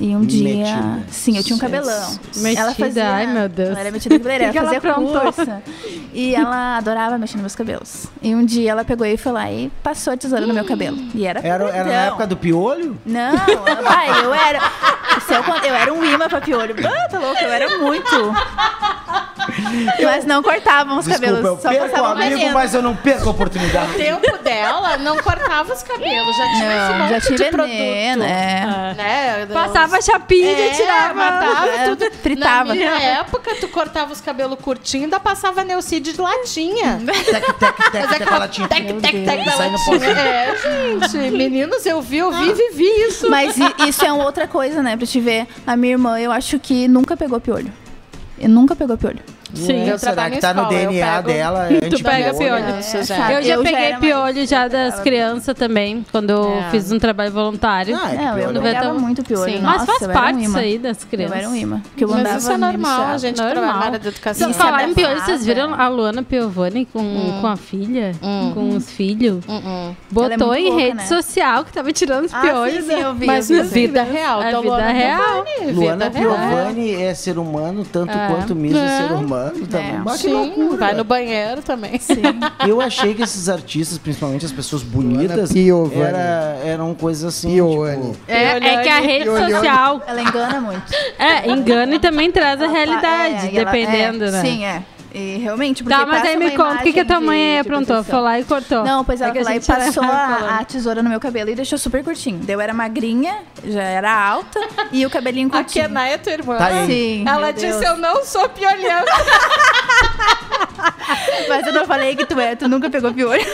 E um dia. Metida. Sim, eu tinha um cabelão. Metida, Ela fazia, ai, meu Deus. Ela era metida cabeleireira, Que ela que ela fazia aprontou? curso. E ela adorava mexer nos meus cabelos. E um dia ela pegou e foi lá e passou a tesoura no meu cabelo. E era. Era, era na compridão. época do piolho? Não, pai, eu era. Se eu, cont- eu era um imã pra piolho. Ah, tá louco, eu era muito. Mas não cortavam os Desculpa, eu cabelos, só perco o passavam amigo, veneno. mas eu não perco a oportunidade. O tempo dela não cortava os cabelos, já tinha esse Não, monte já tinha de produto. veneno, é. Né? Passava a chapinha É, e tirava. matava tudo. Fritava. Na minha época, tu cortava os cabelos curtinhos e ainda passava Neucid de latinha. Tec, tec, tec, tec, ela tinha. Tec, tec, tec, da Sai no latinha. É, gente. Meninos, eu vi, eu vi, e vivi isso. Mas i- isso é uma outra coisa, né? Pra te ver. A minha irmã, eu acho que nunca pegou piolho. E nunca pegou piolho. Sim, eu Será trabalho que em tá no escola, eu DNA pego- dela? é Tu pega antipiolho, né? piolho. Isso é tá, já. Sabe? Eu já Eu já peguei era mais piolho já das crianças também, quando eu É. fiz um trabalho voluntário. Ah, é que Não, eu piolho. não- pegava muito piolho. Sim. um- Mas Nossa, eu faz era um parte imã. isso aí das Eu crianças. era um imã. Porque eu Mas andava isso é no normal, Mississippi. gente Normal. trabalha na área da educação. Se Isso falar é em piolho, vocês abafado, viram é. a Luana Piovani com, Hum. com a filha, com os filhos? Hum, hum. Ela é Botou muito em louca, rede né? social que tava tirando os Ah, piolhos. sim, sim, eu vi, mas na eu vi, eu vi. vida real, É da vida Luana real. Piovani, Luana vida real. Piovani é ser humano tanto É. quanto Misa é ser É É. humano também. É. Mas que Sim, loucura. vai no banheiro também. Sim. Eu achei que esses artistas, principalmente as pessoas bonitas, Piovani. era- eram coisas assim. Piovani. Tipo, É, é que a rede Piolhone. social Ela engana muito. é, engana e também traz a Ela tá- realidade, é, e ela- dependendo, é, né? Sim, é. E realmente, porque Tá, mas passa aí me uma conta, o que, que a tua imagem mãe é, de- de aprontou? Foi perfeição. lá e cortou. Não, pois ela É que a foi lá e gente já passou tava a, falando. a tesoura no meu cabelo e deixou super curtinho. Daí eu era magrinha, já era alta, e o cabelinho A curtinho. Kená é tua irmã. Tá aí. Sim, Ela meu disse, Deus. eu não sou piolhão. Mas eu não falei que tu é, tu nunca pegou piolho.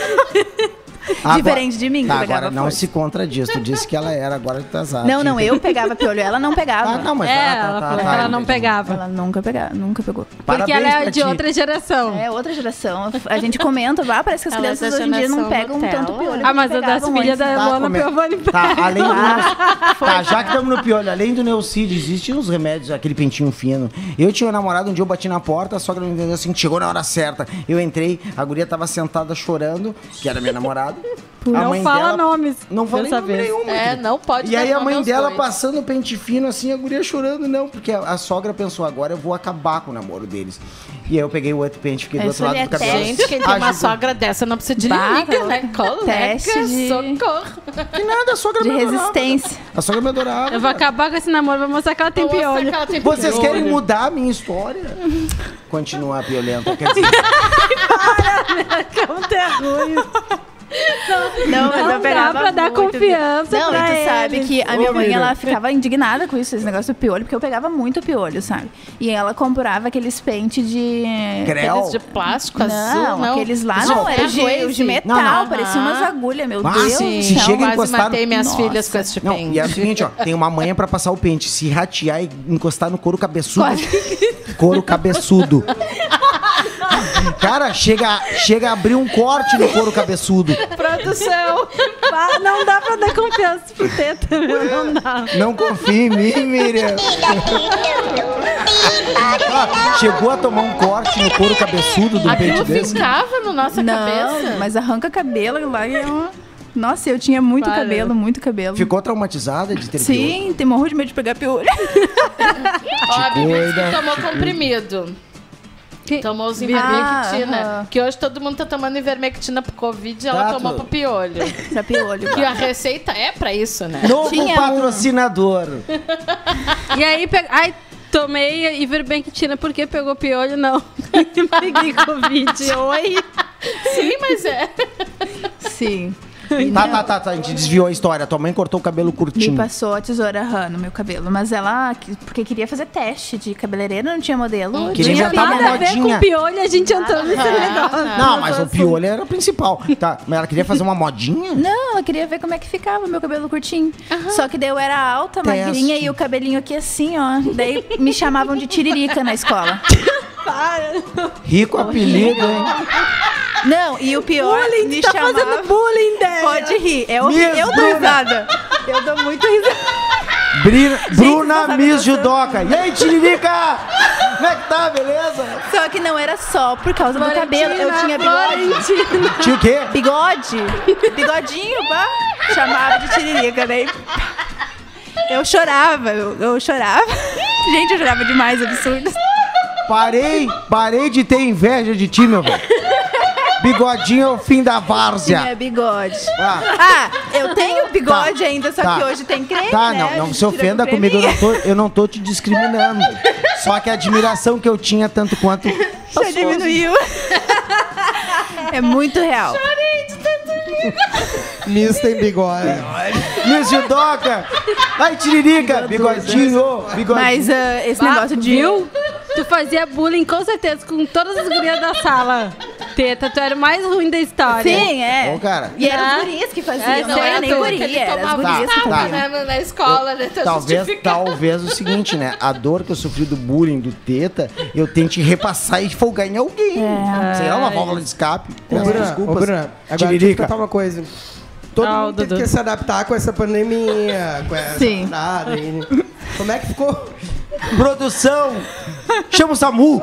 agora- Diferente de mim, que Tá, pegava agora não forte. se contradiz. Tu disse que ela era, agora tu tá azar. Não, não, eu pegava piolho, ela não pegava. Ah, não, mas é, tá, tá, ela tá, falou tá, que ela não entendi. pegava. Ela nunca pegava, nunca pegou. Porque Parabéns ela é pra de ti. outra geração. É outra geração. A gente comenta, vá, parece que as Ela é crianças da hoje em dia não geração pegam Nutella. tanto piolho. Ah, como mas a das pegavam filhas antes. da Tá, Luana come- Piovani. Tá, além do Neu- tá, já que estamos no piolho, além do Neucid, existem uns remédios, aquele pentinho fino. Eu tinha um namorado, um dia eu bati na porta, a sogra me entendeu assim, chegou na hora certa. Eu entrei, a guria tava sentada chorando, que era minha namorada. A Não mãe fala dela- nomes Não falei dessa nome vez. nenhum. É, querido. não pode E aí dar a mãe nome aos dela dois. passando o pente fino assim, a guria chorando, não, porque a, a sogra pensou, agora eu vou acabar com o namoro deles. E aí eu peguei o outro pente, fiquei do Isso outro lado ali do é cabelo. Gente, quem tem uma Ajudou. sogra dessa não precisa de Bah, liga, né? Colega, Teste de- socorro. Que nada, a sogra De me adorava. resistência. A sogra me adorava. Eu vou acabar com esse namoro, vou mostrar que ela tem Nossa, piolho. aquela tem Vocês piolho. querem um mudar a minha história? Continuar violenta, quer dizer. Ah, é um Ah, um é um- Nossa, eu tinha muito Para. cabelo, muito cabelo. Ficou traumatizada de ter piolho? Sim, tem morro de medo de pegar piolho. Ó, a Bibi disse que cuida, tomou comprimido. Que- Tomou os ivermectina. Ah, aham. Que hoje todo mundo tá tomando ivermectina pro Covid e ela Tá, tomou tu- pro piolho. pra piolho. Que a receita é pra isso, né? Novo Tinha um. patrocinador. E aí, pe... Ai, tomei Ivermectina porque pegou piolho, não. Peguei Covid. Oi. Sim, mas é. Sim. Tá, tá, tá, tá, a gente desviou a história. Tua mãe cortou o cabelo Me curtinho. passou a tesoura rã no meu cabelo. Mas ela, que- porque queria fazer teste de cabeleireira, não tinha modelo. Queria tinha inventar uma Nada a ver modinha. com piolho, a gente entrando nesse negócio. Ah, Não, mas o piolho era o principal. Tá, mas ela queria fazer uma modinha? assim. Não, eu queria ver como é que ficava meu cabelo curtinho. Só que daí eu era alta, Teste. magrinha e o cabelinho aqui assim, ó. Daí me chamavam de tiririca na escola. Rico apelido, hein? Não, e o pior, Bullying, me tu tá chamava... fazendo bullying, Déia. Pode rir, é Miss horrível. Eu dou Bruna. risada. Eu dou muito risada. Brina- não Bruna tá Miss gostando. Judoca. E aí, Tiririca? Como é que tá, beleza? Só que não era só por causa do cabelo. Eu tinha bigode. Florentina. Tinha o quê? Bigode. Bigodinho, pá. Chamava de tiririca, daí... Eu chorava, eu, eu chorava. Gente, eu chorava demais, absurdo. Parei, parei de ter inveja de ti, meu velho. Bigodinho é o fim da várzea. Tinha bigode. Ah, Ah, eu tenho bigode Tá, ainda, só tá. que hoje tem creme, tá, né? não, A não gente se tirou ofenda com creme. comigo, eu não, tô, eu não tô te discriminando. Só que a admiração que eu tinha, tanto quanto. Já diminuiu. assim. é muito real. Miss tem bigode. Miss Judoca! Vai, Tiririca! Bigodinho! Bigodinho! Mas ah, esse negócio de... Viu? Tu fazia bullying com certeza com todas as gurias da sala. Teta, tu era o mais ruim da história. Sim, é. Ô, cara. E eram Ah. as gurias que faziam, É, não era nem certo. guria, Ele era as tomava gurias que Tá, faziam. tapa né, na, na escola, né? Tá Talvez, justificado. talvez o seguinte, né? A dor que eu sofri do bullying do teta, eu tente repassar e folgar em alguém. Sei lá, uma válvula de escape. Ô, Peço Bruna, desculpas. ô, Bruna, agora tá deixa eu te Tiririca. contar uma coisa. Todo Ah, o mundo teve Dudu. que se adaptar com essa pandemia, com essa Sim. parada aí. Como é que ficou? Produção! Chama o Samu!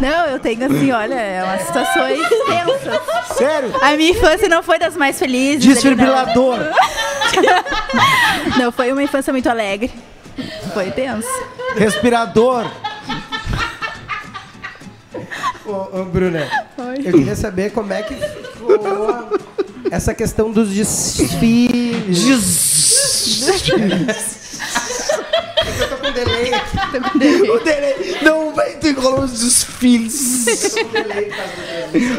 Não, eu tenho Hum. assim, olha, é umas situações tensas. Sério? A minha infância não foi das mais felizes. ali, Desfibrilador! Não, Não, foi uma infância muito alegre. Foi tenso. Respirador! Ô, ô, Bruna, eu queria saber como é que ficou essa questão dos desfiles. Zzz. Eu tô com delay aqui. O delay não vai ter como os desfiles.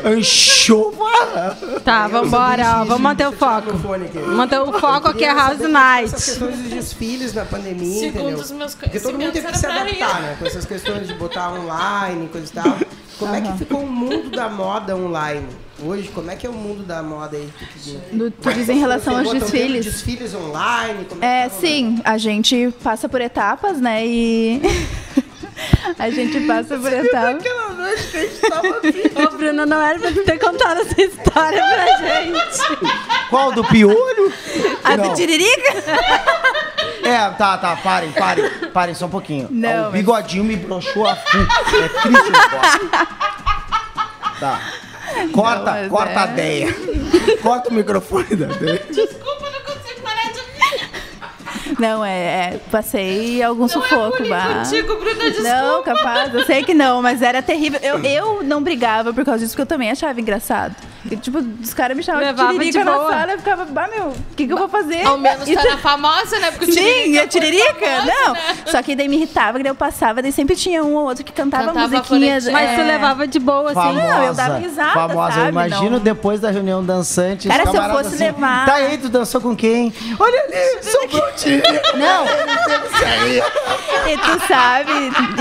Anchova! Tá, vambora, ó. Vamos manter o foco. No fone aqui. Manter o foco aqui é House Essas Night. questões dos desfiles na pandemia, Segundo entendeu? os meus Porque todo mundo teve que conhecimentos, se era pra adaptar, né? Com essas questões de botar online e coisa e tal. Como é que ficou o mundo da moda online? Hoje, como é que é o mundo da moda aí? No- tu diz em relação aos Vocês botam tempo desfiles. um Desfiles online? Como é, É, que tá sim, a gente passa por etapas, né? E. a gente passa por etapas. assim? Ô, Bruna, não era pra tu ter contado essa história pra gente. Qual do piolho? A Não. Ah, do tiririca? É, tá, tá, parem, parem, parem só um pouquinho. Não, o bigodinho me broxou a fu. É triste o negócio. Tá. Corta, mas corta é. a ideia. Corta o microfone da ideia. Desculpa, não consigo parar de rir. Não, é. é, passei algum Não é sufoco, bullying bah. contigo, Bruna, desculpa. Não, capaz, eu sei que não, mas era terrível. Eu, eu não brigava por causa disso, porque eu também achava engraçado. E, tipo, os caras me chamavam Levava de de tiririca na boa. sala, eu ficava, bah, meu, o que, que eu vou fazer? Ao menos E tá tu- na famosa, né? Porque o Sim, Tiririca eu tiririca, foi famosa, não. né? Só que daí me irritava, que daí eu passava, daí sempre tinha um ou outro que cantava, Cantava musiquinhas. folhetim. Mas tu é. levava de boa, assim. Famosa, Não, eu dava risada, famosa. sabe? Eu imagino Não. depois da reunião dançante. os Cara, se eu camaradas fosse levar- Tá aí, tu dançou com quem? Olha ali, sobrou de... Não. e tu sabe,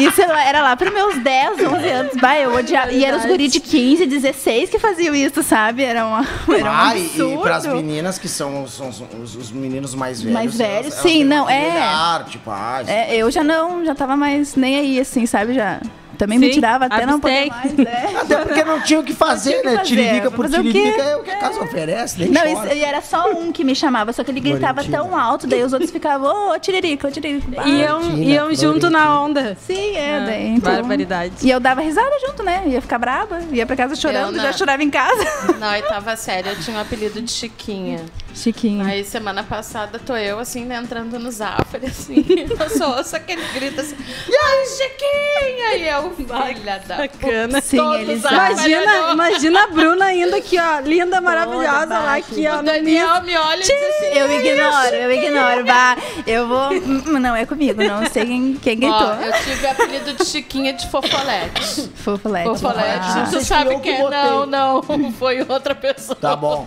isso era lá pros meus 10, 11 anos. Vai, eu odiava. E eram os guri de 15, 16 que faziam isso, sabe? Era, uma, era um Ah, e, absurdo. e pras meninas que são os, os- os- os meninos mais velhos. Mais velhos, elas- sim, elas não, têm é. olhar, tipo, ah, É, eu já não, já tava mais nem aí, assim, sabe? Já Também me Sim, tirava até não poder mais, abstei. né? Até porque não tinha o que fazer, Não tinha o né? que fazer. Tiririca por Fazer o quê? tiririca é o que a casa oferece, nem Não, chora. isso- e era só um que me chamava, só que ele gritava Florentina. tão alto, daí os outros ficavam, ô, ô, tiririca, ô, tiririca. Bah. Iam, Florentina, iam junto na onda. Sim, é, Ah, daí. Então... Barbaridade. E eu dava risada junto, né? Ia ficar braba, ia pra casa chorando, Eu já não. chorava em casa. Na oitava série eu tinha o apelido de Chiquinha. Chiquinho. Aí semana passada tô eu, assim, né, entrando no Zafari, assim, eu só ouço aquele grito assim, ai, Chiquinha! E eu, filha da puta. Bacana. Sim, Todos eles a- Imagina, Trabalhador. imagina a Bruna ainda aqui, ó. Linda, maravilhosa lá baixa. aqui, ó. O Daniel me olha e diz assim, Eu ignoro, eu ignoro, bah. Eu vou. Hum, Não, é comigo, não sei quem, quem gritou. ó, eu tive o apelido de Chiquinha de Fofolete. É Fofolete. Fofolete, Ah, tu vocês sabe criou que quem? botei. Não, não, foi outra pessoa. Tá bom.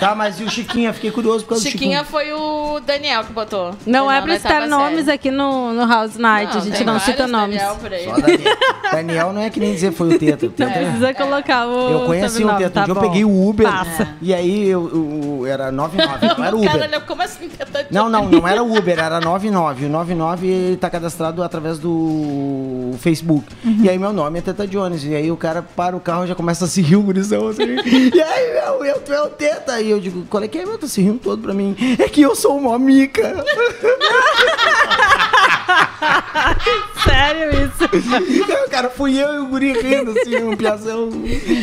Tá, mas e o Chiquinha? Fiquei curioso por causa Chiquinha do Chiquinha. foi o Daniel que botou. Não Daniel é pra na citar oitava nomes série. aqui no, no House Night, a gente tem não cita vários é nomes. Daniel por aí. Só Daniel. Daniel não é que nem dizer foi o Teta. o Teta Não precisa colocar o. Eu conheci um sobrenome, Teta. tá um dia eu bom. peguei o Uber. Passa. E aí eu, eu- era 99, não era O cara Uber. olhou, como assim? tentando- Não, não, não era Uber, era 99. O 99 ele tá cadastrado através do Facebook. E aí meu nome é Teta Jones. E aí o cara para o carro e já começa a se rir o gurizão assim. e aí, meu, eu, tu é o Teta. E eu digo, qual é que é, meu? Tá se rindo todo pra mim. É que eu sou uma mica. Sério isso. Não, cara, fui eu e o guri rindo, assim, um piazão.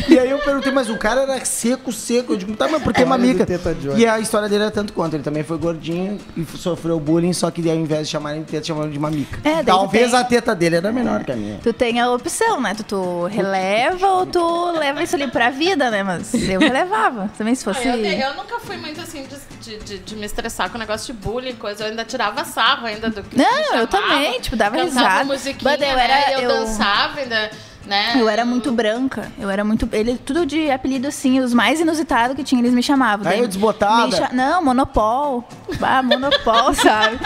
E aí eu perguntei, mas o cara era seco, seco. Eu digo, tá, mas por que Olha mamica? do É, Teta Jones. E a história dele era tanto quanto. Ele também foi gordinho e f- sofreu bullying, só que ao invés de chamarem de teta, chamaram de mamica. É, daí tu Talvez tem- a teta dele era menor que a minha. Tu tem a opção, né? Tu, tu releva ou tu leva isso ali pra vida, né? Mas eu relevava. Também se fosse. Eu, eu nunca fui muito assim de, de- de- de me estressar com negócio de bullying, coisa. Eu ainda tirava sarro ainda do que. Não, me chamavam, eu também, tipo, dava cantava risada. musiquinha, Mas eu né, era- eu, eu- dançava ainda, né? Eu era muito branca. Eu era muito. Ele, tudo de apelido assim, os mais inusitados que tinha, eles me chamavam. Aí Daí eu desbotada. me cha- Não, Monopol. Ah, Monopol, sabe?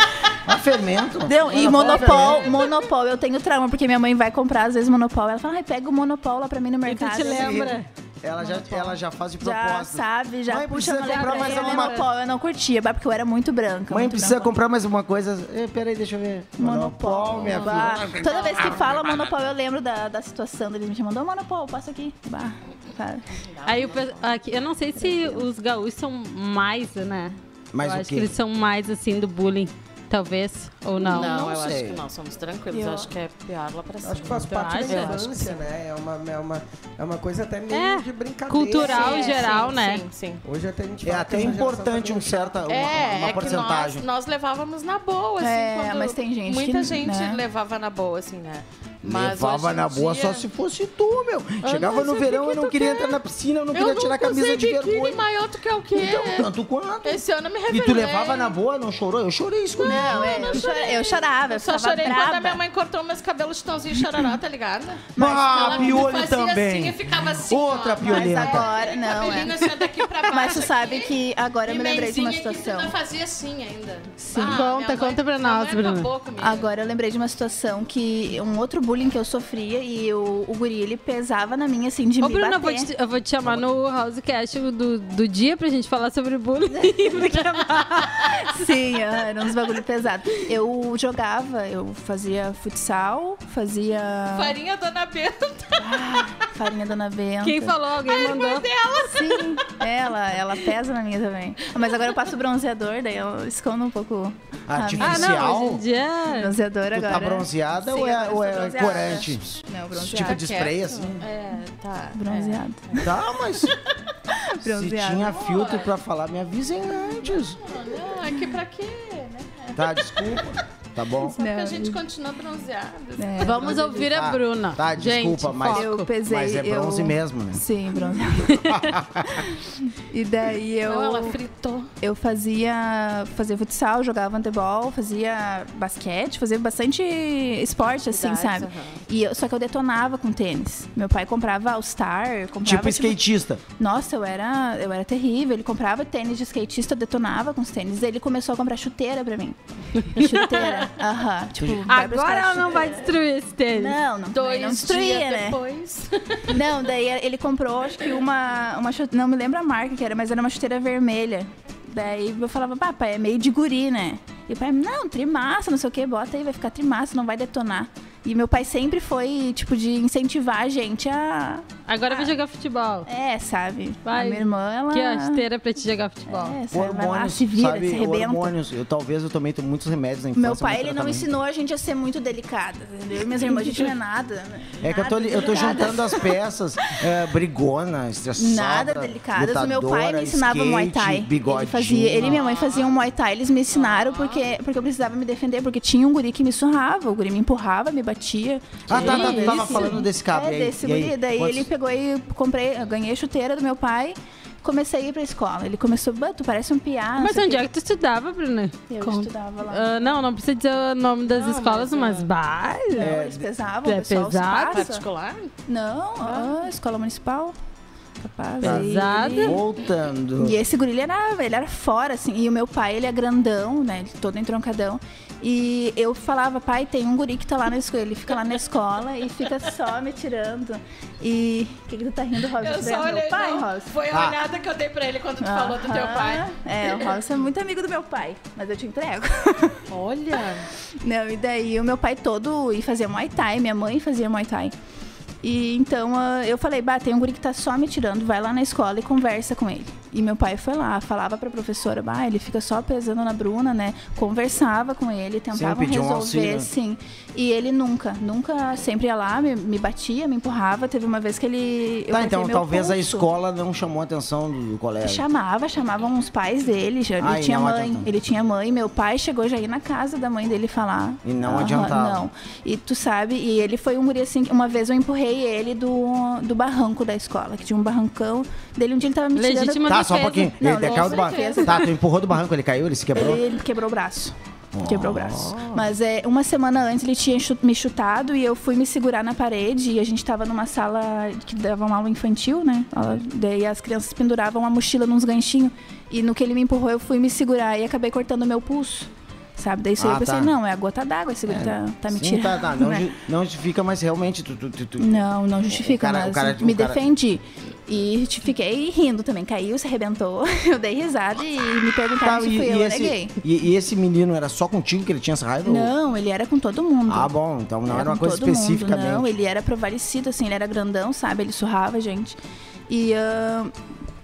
Ah, fermento. Não, e Monopol, é Monopol, Monopol, eu tenho trauma, porque minha mãe vai comprar, às vezes, Monopol. Ela fala, ai, pega o Monopol lá pra mim no mercado. Assim, te leva. Lembra? Ela já, ela já faz de Já propósito. sabe, já Mãe, puxa precisa uma comprar pra mais ele, alguma- Monopol, eu não curtia, bah, porque eu era muito branca. Mãe, muito precisa branca. comprar mais alguma coisa? Eh, peraí, deixa eu ver. Monopol, minha bah. filha. Toda vez que fala Monopol, eu lembro da, da situação deles me chamando, ô Monopol, passa aqui. Bah, sabe? Aí o pe- aqui, eu não sei se os gaúchos são mais, né? Mas eu o acho quê? que eles são mais assim do bullying, talvez, ou não. Não, não eu sei. acho que não, somos tranquilos. Eu- Eu acho que é pior lá pra cima. Acho que faz Então, parte acho da que infância, né? É uma, é, uma, é uma coisa até meio É, de brincadeira. cultural assim. em geral, É, sim, né? Sim, sim. Hoje até a gente É fala até que essa geração importante tá um certa, uma, É, uma é que nós, porcentagem. nós levávamos na boa, assim. É, quando mas tem gente Muita que, gente né? levava na boa, assim, né? Mas hoje Levava em na boa dia, só se fosse tu, meu. Chegava mas no o verão que e não tu queria quer? entrar na piscina, eu não Eu queria não tirar a camisa usei de biquíni vergonha. maior do que o quê? Então, tanto quanto. Esse ano eu me revelei. E tu levava na boa, não chorou? Eu chorei escondido. Não, é, eu, chora- eu chorava, eu Só ficava chorei quando a brava. minha mãe cortou meus cabelos chitãozinho chororó, tá ligado? Ah, Ela me piolho fazia Assim, também. eu ficava assim, Outra ó, piolho. Mas violenta. agora, não, é. cabelinho assim, ó, daqui pra baixo. Mas tu sabe aqui. que agora eu E me lembrei de uma mãezinha que situação. ainda fazia assim ainda. Sim. minha Conta, mãe- conta pra minha nós, mãe Bruna. acabou comigo. Agora eu lembrei de uma situação que um outro bullying que eu sofria e o, o guri ele pesava na minha assim de Ô, me Bruna, eu vou, bater. te, eu vou te chamar no Housecast do, do dia pra gente falar sobre bullying. Porque é Sim, ah, era uns bagulho pesado. Eu jogava, eu fazia futsal, fazia Farinha Dona Benta. farinha dona Ah, Benta. quem falou, alguém mandou. Sim, é, ela, ela pesa na minha também. Mas agora eu passo bronzeador, daí eu escondo um pouco. a Artificial. Ah, não, hoje em minha- dia. é. Bronzeador Tu agora. tá bronzeada Sim, ou é, ou agora eu sou é bronzeada. corante? Não, Tipo bronzeado. de spray, assim? É, tá. Bronzeado. Tá, mas... Se Bronzeada. tinha filtro pra falar, me avisem antes. Não, é que pra quê, né? Tá, desculpa. Tá bom? Só é porque Não. a gente continua bronzeada. É. Vamos ouvir a Ah, Bruna. tá, desculpa, gente, mas- foco. Eu pesei. Mas é bronze eu... mesmo, né? Sim, bronze. e daí eu, Não, ela fritou. eu fazia, fazia futsal, jogava handebol, fazia basquete, fazia bastante esporte, assim, Atividades, sabe? aham. E eu- só que eu detonava com tênis. Meu pai comprava All-Star, comprava... Tipo skatista. Nossa, eu era, eu era terrível. Ele comprava tênis de skatista, eu detonava com os tênis. Daí ele começou a comprar chuteira pra mim. Chuteira, aham. Tipo, vai buscar Agora ela não vai chuteira. destruir esse tênis. Não, não, Dois não destruía, dias né? depois. Não, daí ele comprou, acho que uma, uma chuteira, não me lembro a marca que era, mas era uma chuteira vermelha. Daí eu falava, pá, pai, é meio de guri, né? E o pai, não, trimassa, não sei o que, bota aí, vai ficar trimassa, não vai detonar. E meu pai sempre foi, tipo, de incentivar a gente a. Agora eu vou jogar futebol. É, sabe? Vai. A minha irmã, ela. Aqui, ó, esteira pra te jogar futebol. Ah. É, sabe? Vai lá, Hormônios, se vira, sabe? se arrebenta. Hormônios. Eu, talvez eu tomei muitos remédios na infância. Meu pai, muito ele não tratamento. ensinou a gente a ser muito delicada, entendeu? E minhas irmãs, a gente não é nada. né? É que eu tô, Nada li- eu tô delicada. juntando as peças, é, brigona, estressada, Nada delicadas. O meu pai lutadora, me ensinava skate, Muay Thai. Ele, bigodinho. fazia, ele e minha mãe faziam Muay Thai. Eles me ensinaram porque, porque eu precisava me defender. Porque tinha um guri que me surrava. O guri me empurrava, me batia. Ah, tá, Ele- tá, ele- tava falando desse cabo. É, e aí, desse e aí, guri. Daí quantos- ele pegou e comprei, eu ganhei a chuteira do meu pai. Comecei a ir pra escola. Ele começou, "Bah, tu parece um piá. não Mas sei o onde quê." é que tu estudava, Bruna? Eu Conta. estudava lá. Ah, não, não precisa dizer o nome das escolas, é. mas, bah, Não, eles pesavam, é o pessoal se pesado? Tá passa. Particular? Não, ah, escola municipal. Capaz. Tá. Aí- Pesada. Voltando. E esse guri, ele era, ele era fora, assim. E o meu pai, ele é grandão, né? Ele todo entroncadão. E eu falava, pai, tem um guri que tá lá na escola. Ele fica lá na escola e fica só me tirando. E... O que que tu tá rindo, Robson? Eu Tu é só meu olhei. pai, não, Robson? Foi Ah. a olhada que eu dei pra ele quando tu falou do teu pai. Aham. É, o Robson é muito amigo do meu pai. Mas eu te entrego. Olha. Não, e daí o meu pai todo ia fazer Muay Thai, minha mãe fazia Muay Thai. E então ah, eu falei, bah, tem um guri que tá só me tirando, vai lá na escola e conversa com ele. E meu pai foi lá, falava pra professora, bah, ele fica só pesando na Bruna, né? Conversava com ele, tentavam pediu um resolver, auxílio. sim. E ele nunca, nunca, sempre ia lá, me, me batia, me empurrava. Teve uma vez que ele. eu Tá, cortei então meu talvez a pulso. escola não chamou a atenção do, do colega. Chamava, chamavam os pais dele, já, ele Ah, e tinha não mãe, adiantava. ele tinha mãe, meu pai chegou já aí na casa da mãe dele falar. E não Aham, adiantava. Não. E tu sabe, e ele foi um guri assim, que uma vez eu empurrei ele do, do barranco da escola, que tinha um barrancão. Dele um dia ele tava me tirando- legítima Tá, defesa. só um pouquinho. Não, ele não, caiu do com barranco. certeza. Tá, tu empurrou do barranco, ele caiu, ele se quebrou. Oh. Ele quebrou o braço. Quebrou o braço. Mas é, uma semana antes ele tinha chu- me chutado e eu fui me segurar na parede e a gente tava numa sala que dava uma aula infantil, né? Ela- Daí as crianças penduravam a mochila nos ganchinhos e no que ele me empurrou eu fui me segurar e acabei cortando meu pulso. Sabe? Daí isso aí Ah, eu pensei, tá. não, é a gota d'água, esse guri tá, tá me Sim, tirando. tá, tá. Não, né? ju- não justifica, mas realmente tu. tu, tu, tu- Não, não justifica, O cara- mas o cara- assim, o me cara- defendi. E te- fiquei rindo também. Caiu, se arrebentou. Eu dei risada e me perguntaram Tá, se fui eu. eu esse, neguei. e- e esse menino era só contigo que ele tinha essa raiva? ou- Não, ele era com todo mundo. Ah, bom, então não era uma com coisa todo mundo, especificamente. Não, ele era provalecido, assim, ele era grandão, sabe? Ele surrava a gente. E ah,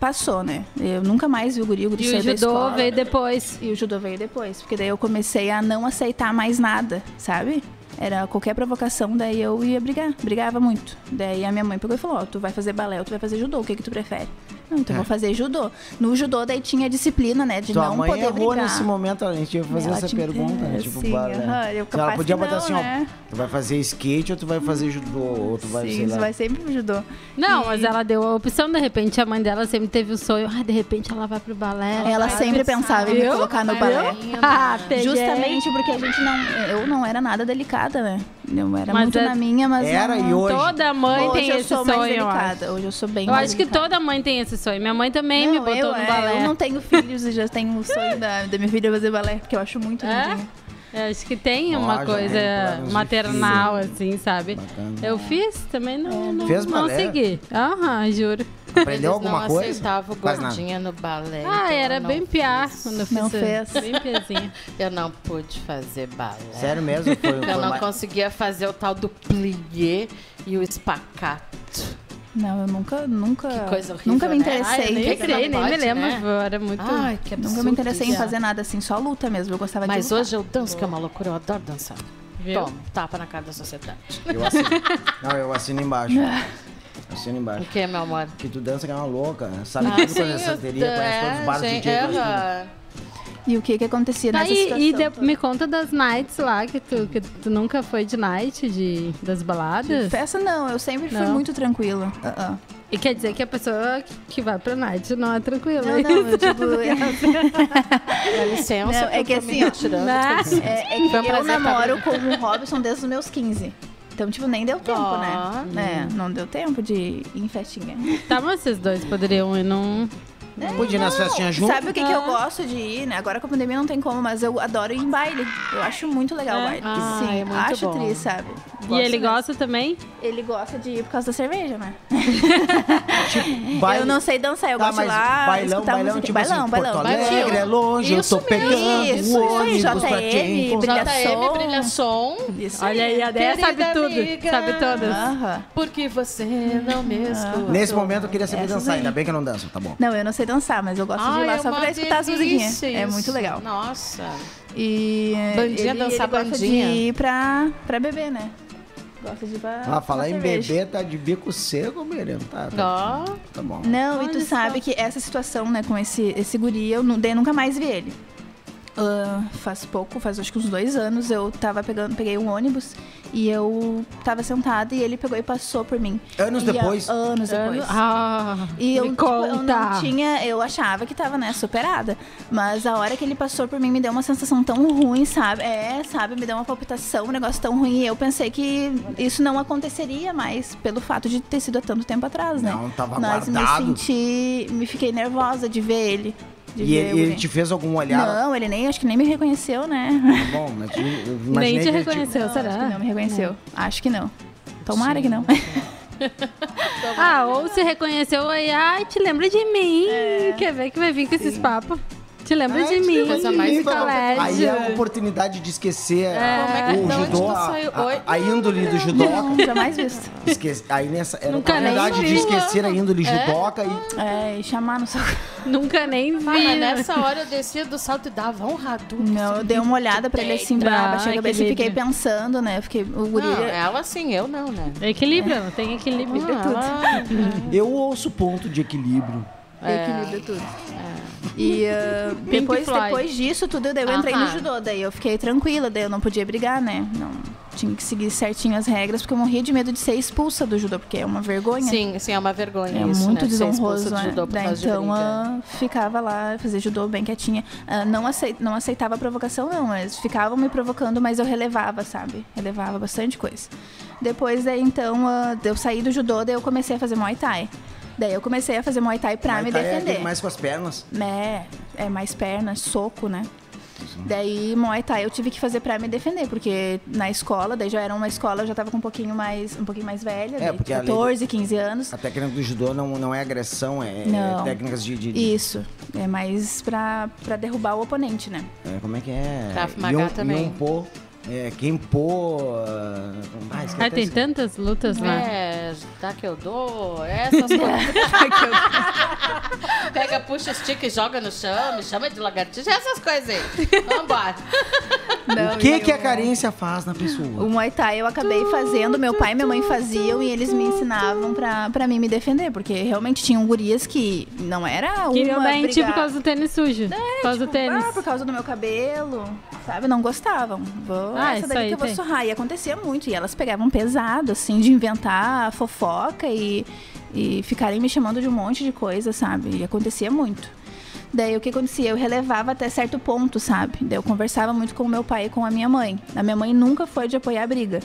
passou, né? Eu nunca mais vi o guri, o guri E o saiu é da judô escola. veio depois. E o judô veio depois, porque daí eu comecei a não aceitar mais nada, sabe? Era qualquer provocação, daí eu ia brigar, brigava muito. Daí a minha mãe pegou e falou, ó, tu vai fazer balé ou tu vai fazer judô, o que que tu prefere? Não, então eu vou fazer judô. No judô daí tinha a disciplina, né, de É. Tua não mãe poder errou brigar. nesse momento, a gente ia fazer Ela essa te- pergunta, né? é, Tipo, sim, para, né? aham, eu Então ela capaz podia que botar não, assim, né? ó, tu vai fazer skate ou tu vai fazer judô, ou tu vai, Sim, sei isso lá. vai sempre pro judô. Não, E- mas ela deu a opção, de repente a mãe dela sempre teve o sonho, ah, de repente ela vai pro balé. Ela vai sempre pro- pensava em me Viu? colocar no Viu? balé. Ah, peguei. Justamente porque a gente não. Eu não era nada delicada, né? Eu era Mas muito é- na minha, mas. Era não- e hoje. Toda mãe Hoje tem eu esse sou sonho, mais eu acho. delicada. Hoje eu sou bem Eu mais acho que delicada. toda mãe tem esse sonho. Minha mãe também me Não, botou eu, no é, balé. Eu não tenho filhos e já tenho o sonho da, da minha filha fazer balé, porque eu acho muito É? lindinho. Eu acho que tem Ó, uma já coisa tem planos maternal, assim, sabe? Bacana. Eu fiz, também não, É. não, Fez não balé? segui. Aham, juro. Aprendeu Eles alguma não coisa? aceitava o Quase nada. gordinha no balé. então Ah, era eu não bem piar fiz. quando eu fiz. Não isso. fez. Bem piazinha. Eu não pude fazer balé. Sério mesmo? Foi, Eu foi não mais- conseguia fazer o tal do plié e o espacato. Não, eu nunca, nunca. Que coisa horrível, Nunca me né? interessei. Ai, eu Nem nem criei, nem me pode, lembro. né? eu Era muito... Ai, que absurdo. Nunca me interessei em isso. fazer nada assim, só luta mesmo. Eu gostava de Mas lutar. hoje eu danço, que é uma loucura, eu adoro dançar. Viu? Toma, tapa na cara da sociedade. Eu assino. Não, eu assino embaixo. Assino O embaixo. que, meu amor? Que tu dança que é uma louca, né? Ah, sabe tudo com essa teoria, conhece todos os bares de DJ, conhece tudo. E o que que acontecia Tá, nessa e- situação? e de- toda? me conta das nights lá, que tu, que tu nunca foi de night, de, das baladas. Festa não, eu sempre fui Não. muito tranquila. Ah, ah. E quer dizer que a pessoa que- que vai pra night não tipo, é tranquila. Não, não, eu digo. Dá licença, Não, é que eu tô me assim, ó, retirando. Né? É, é que Foi um eu prazer estar namoro com o Robson desde os meus 15. Então, tipo, nem deu tempo, Ah. né? É, não deu tempo de ir em festinha. Tá, mas vocês dois poderiam ir num... Podia ir nas festinhas junto? Sabe o que, que eu gosto de ir, né? Agora com a pandemia não tem como, mas eu adoro ir em baile. Eu acho muito legal o baile. Ah, Sim, é muito acho bom. triste, sabe? E ele mesmo. gosta também? Ele gosta de ir por causa da cerveja, né? Tipo, Baile- Eu não sei dançar, eu Tá, gosto de ir mas lá, bailão, escutar bailão, música. tipo bailão, assim, bailão. Porto bailão. Alegre é longe, Isso eu tô pegando Isso, o ônibus JM, pra te encontrar. brilha- JM som. Brilha Som. Isso Olha aí, a Déia Querida sabe tudo. amiga. Sabe todas. Aham. Porque você não Ah. me escuta. Nesse momento eu queria saber Essas dançar, aí. ainda bem que eu não danço, tá bom. Não, eu não sei dançar, mas eu gosto de ir lá Ai, é só uma pra escutar as delícia musiquinhas. É isso. muito legal. Nossa. E eh, Bandinha, ele, dançar ele gosta bandinha. de ir pra, pra beber, né? Gosta de ir pra. Ah, falar tomar em cerveja. bebê tá de bico seco, Miriam. Tá, tá, Ó. tá bom. Não, e Olha tu só. sabe que essa situação, né, com esse, esse guri, eu nu- daí nunca mais vi ele. Ah, faz pouco, faz acho que uns dois anos, eu tava pegando, peguei um ônibus e eu tava sentada e ele pegou e passou por mim. Anos E, ah, depois. anos depois. Ah, E eu, me tipo, eu conta. não tinha, eu achava que tava, né, superada. Mas a hora que ele passou por mim me deu uma sensação tão ruim, sabe? É, sabe, me deu uma palpitação, um negócio tão ruim. E eu pensei que isso não aconteceria mais, pelo fato de ter sido há tanto tempo atrás, né? Não, tava Mas guardado. me senti. me fiquei nervosa de ver ele. De E ver ele, o ele guri. te fez algum olhar? tá Não, ele nem acho que nem me reconheceu, né? Bom, mas eu eu Nem imaginei te que ele reconheceu, Acho que será? não me reconheceu. Acho que não. Tomara que não. Ah, ou se reconheceu aí, ai, te lembra de mim. Quer ver que vai vir com esses papos? Te lembra Ai, de te mim. lembra de mim, do tá bom. colégio. Aí é a oportunidade de esquecer Como é que- o da onde judô, que a, saiu? a- Oi? a índole do judoca. Não, jamais visto. Esquece- aí nessa era a Nunca nem oportunidade de vi. esquecer a índole judoca e É, e chamar no soco. Nunca nem vi. Ah, mas nessa hora eu descia do salto e dava um Hadouken. né? Não, eu dei uma olhada pra ele assim, Ah, braba, que chega a cabeça e fiquei delícia. pensando, né? Eu fiquei, o guri, Não, ela sim, eu não, né? Equilíbrio, não tem equilíbrio. Ah, ela- eu ouço ponto de equilíbrio. equilibra tudo. E ah, Pink depois, Floyd. depois disso tudo, daí eu entrei no Aham. judô, daí eu fiquei tranquila, daí eu não podia brigar, né? Não, tinha que seguir certinho as regras, porque eu morria de medo de ser expulsa do judô, porque é uma vergonha. Sim, sim, é uma vergonha É isso, muito né? Ser desonroso, expulsa né? de judô por Daí, causa de então, briga. ah, ficava lá, fazia judô bem quietinha. Ah, não, acei- não aceitava a provocação, não, mas ficavam me provocando, mas eu relevava, sabe? Relevava bastante coisa. Depois, daí, então, ah, eu saí do judô, daí eu comecei a fazer Muay Thai. Daí eu comecei a fazer Muay Thai pra Mas me tá, é, defender. tem mais com as pernas. É, é mais perna, soco, né? Daí, Muay Thai eu tive que fazer pra me defender, porque na escola, daí já era uma escola, eu já tava com um pouquinho mais, um pouquinho mais velha, daí É, porque a lei- 14, 15 anos. A técnica do judô não, não é agressão, é, é Não. técnicas de, de- de- Isso. É mais pra, pra derrubar o oponente, né? é, como é que é? Krav Maga Yon- também. Yonpo, é, Kenpo, ah, ah, esqueci Ah, até tem isso. tantas lutas né? lá. É, dá que eu dou, essas coisas. Pega, puxa o stick e joga no chão, me chama de lagartixa, essas coisas aí. Vambora. O que, que é a carência faz na pessoa? O Muay Thai eu acabei fazendo, meu pai e minha mãe faziam e eles me ensinavam pra, pra mim me defender, porque realmente tinham gurias que não era uma Queriam dar em ti tipo, por brigar- causa do tênis sujo. por causa do tênis. Ah, por causa do meu cabelo, sabe? Não gostavam. Vou, Ah, isso essa daí aí que eu vou tem. surrar. E acontecia muito. E elas pegavam pesado, assim, de inventar fofoca e, e ficarem me chamando de um monte de coisa, sabe? E acontecia muito. Daí o que acontecia? Eu relevava até certo ponto, sabe? Daí eu conversava muito com o meu pai e com a minha mãe. A minha mãe nunca foi de apoiar a briga.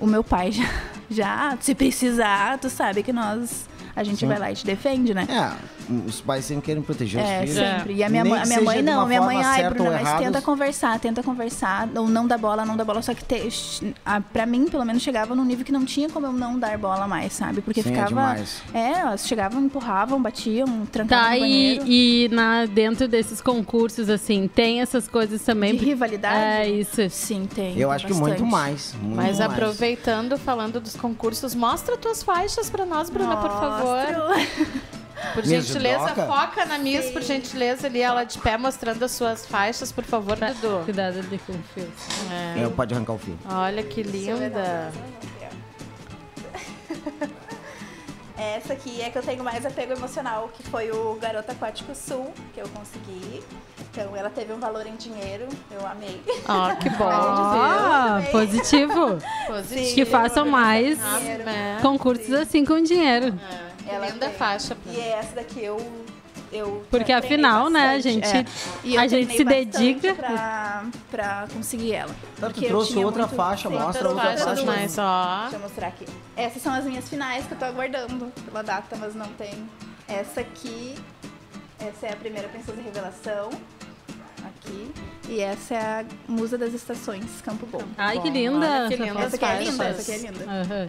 O meu pai já, já se precisar, tu sabe que nós. A gente vai lá e te defende, né? É, os pais sempre querem proteger os É, filhos. sempre. E a minha, Nem mãe- a que minha seja mãe de não, uma minha mãe, forma ai, certa Bruna, ou mas errada, tenta conversar, tenta conversar. Não, não dá bola, não dá bola. Só que te, sh- ah, pra mim, pelo menos, chegava num nível que não tinha como eu não dar bola mais, sabe? Porque Sim, é ficava. demais. É, elas chegavam, empurravam, batiam, trancavam Tá, no banheiro. e, e na, dentro desses concursos, assim, tem essas coisas também. De porque- rivalidade? é isso. Sim, tem. Eu acho que bastante. muito mais. Muito Mas mais. aproveitando, falando dos concursos, mostra tuas faixas pra nós, Bruna, por favor. Mostro. Por Miss gentileza, Judoca? foca na Miss, por gentileza, ali ela de pé mostrando as suas faixas, por favor, Dudu. Cuidado de confio. É, pode arrancar o fio. Olha que é linda. Essa aqui é que eu tenho mais apego emocional, que foi o Garota Aquático Sul, que eu consegui. Então, ela teve um valor em dinheiro, eu amei. Uhum. Ó, que bom. Ah, também. positivo. Positivo. que façam mais né? concursos assim com dinheiro. Ah, Ela linda tem. faixa. E é essa daqui eu. eu Porque treinei afinal, né, a bastante, gente, é. E eu a gente se treinei bastante dedica. Pra, pra conseguir ela. Tá, tu Porque eu trouxe tinha outra muito- faixa, Sim, mostra trouxe outra outra faixa. Faixas duas. mais, ó. Deixa eu mostrar aqui. Essas são as minhas finais que eu tô aguardando pela data, mas não tem. Essa aqui. Essa é a primeira princesa de revelação. Aqui. E E essa é a musa das estações, Campo Bom. Ai, que Bom, linda. olha que linda. Essa aqui é linda, faixas. essa aqui é linda. Aham.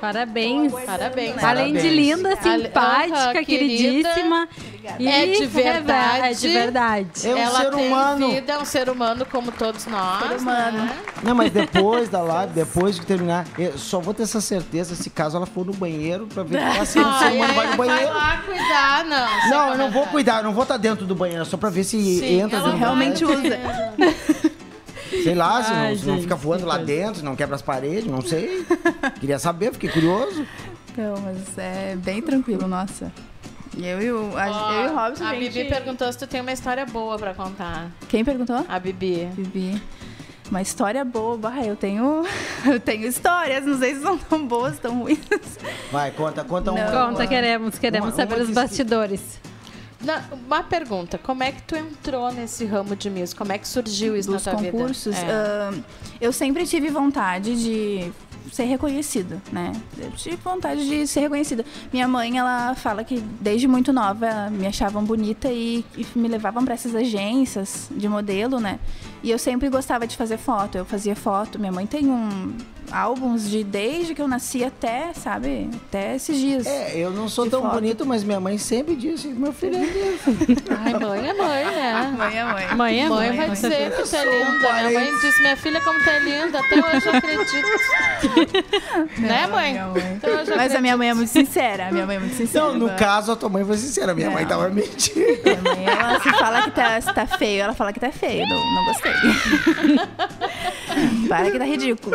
Parabéns. Tô aguardando, Parabéns. né? Além de Parabéns. linda, simpática, Aham, queridíssima. Obrigada. E É de verdade. É de verdade. É um Ela ser tem humano. vida, é um ser humano como todos nós. Ser humano. né? Não, mas depois da live, depois que terminar, eu só vou ter essa certeza se caso ela for no banheiro pra ver se ela se Ah, ser é, humano vai no vai banheiro. lá cuidar, não. sem Não, eu não vou comentário. cuidar, eu não vou estar dentro do banheiro, é só pra ver se Sim, entra. ela se não realmente vai. usa. Sei lá, se, Ai, não, se não gente, fica voando que lá coisa. dentro, se não quebra as paredes, não sei. Queria saber, fiquei curioso. Não, mas é bem tranquilo, nossa. Eu e o, a, Ó, eu e o Robson, a gente... Bibi perguntou se tu tem uma história boa pra contar. Quem perguntou? A Bibi. Bibi. Uma história boa. Bah, eu tenho, eu tenho histórias, não sei se são tão boas, tão ruins. Vai, conta, conta Não. um. Conta, queremos, queremos Uma- uma saber os disse que- bastidores. Na- uma pergunta, como é que tu entrou nesse ramo de Miss? Como é que surgiu isso nos na tua concursos, vida? ah, É. ahn, eu sempre tive vontade de ser reconhecida, né? Eu tive vontade de ser reconhecida. Minha mãe, ela fala que desde muito nova me achavam bonita e, e me levavam para essas agências de modelo, né? E eu sempre gostava de fazer foto. Eu fazia foto. Minha mãe tem um álbuns de desde que eu nasci até, sabe? Até esses dias. É, eu não sou De tão foto. bonito, mas minha mãe sempre disse, meu filho é lindo. Ai, mãe é mãe, né? Mãe é mãe. Mãe é Mãe mãe. vai dizer que tu é um linda. Minha mãe parente. disse, minha filha, como tu é linda. Até hoje eu acredito. né, mãe? Minha mãe. Até hoje eu Mas a acredito. minha mãe é muito sincera. A minha mãe é muito sincera. Não, no Ela- caso, a tua mãe foi sincera, minha mãe Não. tava mentindo. Minha mãe, ela se fala que tá, se tá feio, ela fala que tá feio. Não, não gostei. Para que tá ridículo.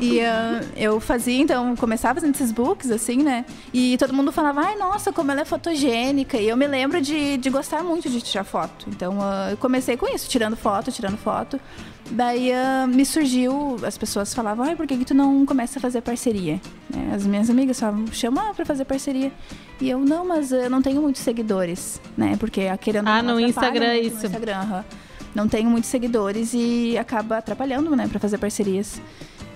E ah, eu fazia, então, começava fazendo esses books, assim, né? E todo mundo falava, ai, nossa, como ela é fotogênica. E eu me lembro de, de gostar muito de tirar foto. Então, ah, eu comecei com isso, tirando foto, tirando foto. Daí ah, me surgiu, as pessoas falavam, ai, por que, que tu não começa a fazer parceria? né? As minhas amigas falavam, chama pra fazer parceria. E eu, não, mas eu não tenho muitos seguidores, né? Porque ah, querendo ou Ah, não, no atrapalha Instagram, muito isso. No Instagram, aham. Não tenho muitos seguidores e acaba atrapalhando, né, pra fazer parcerias.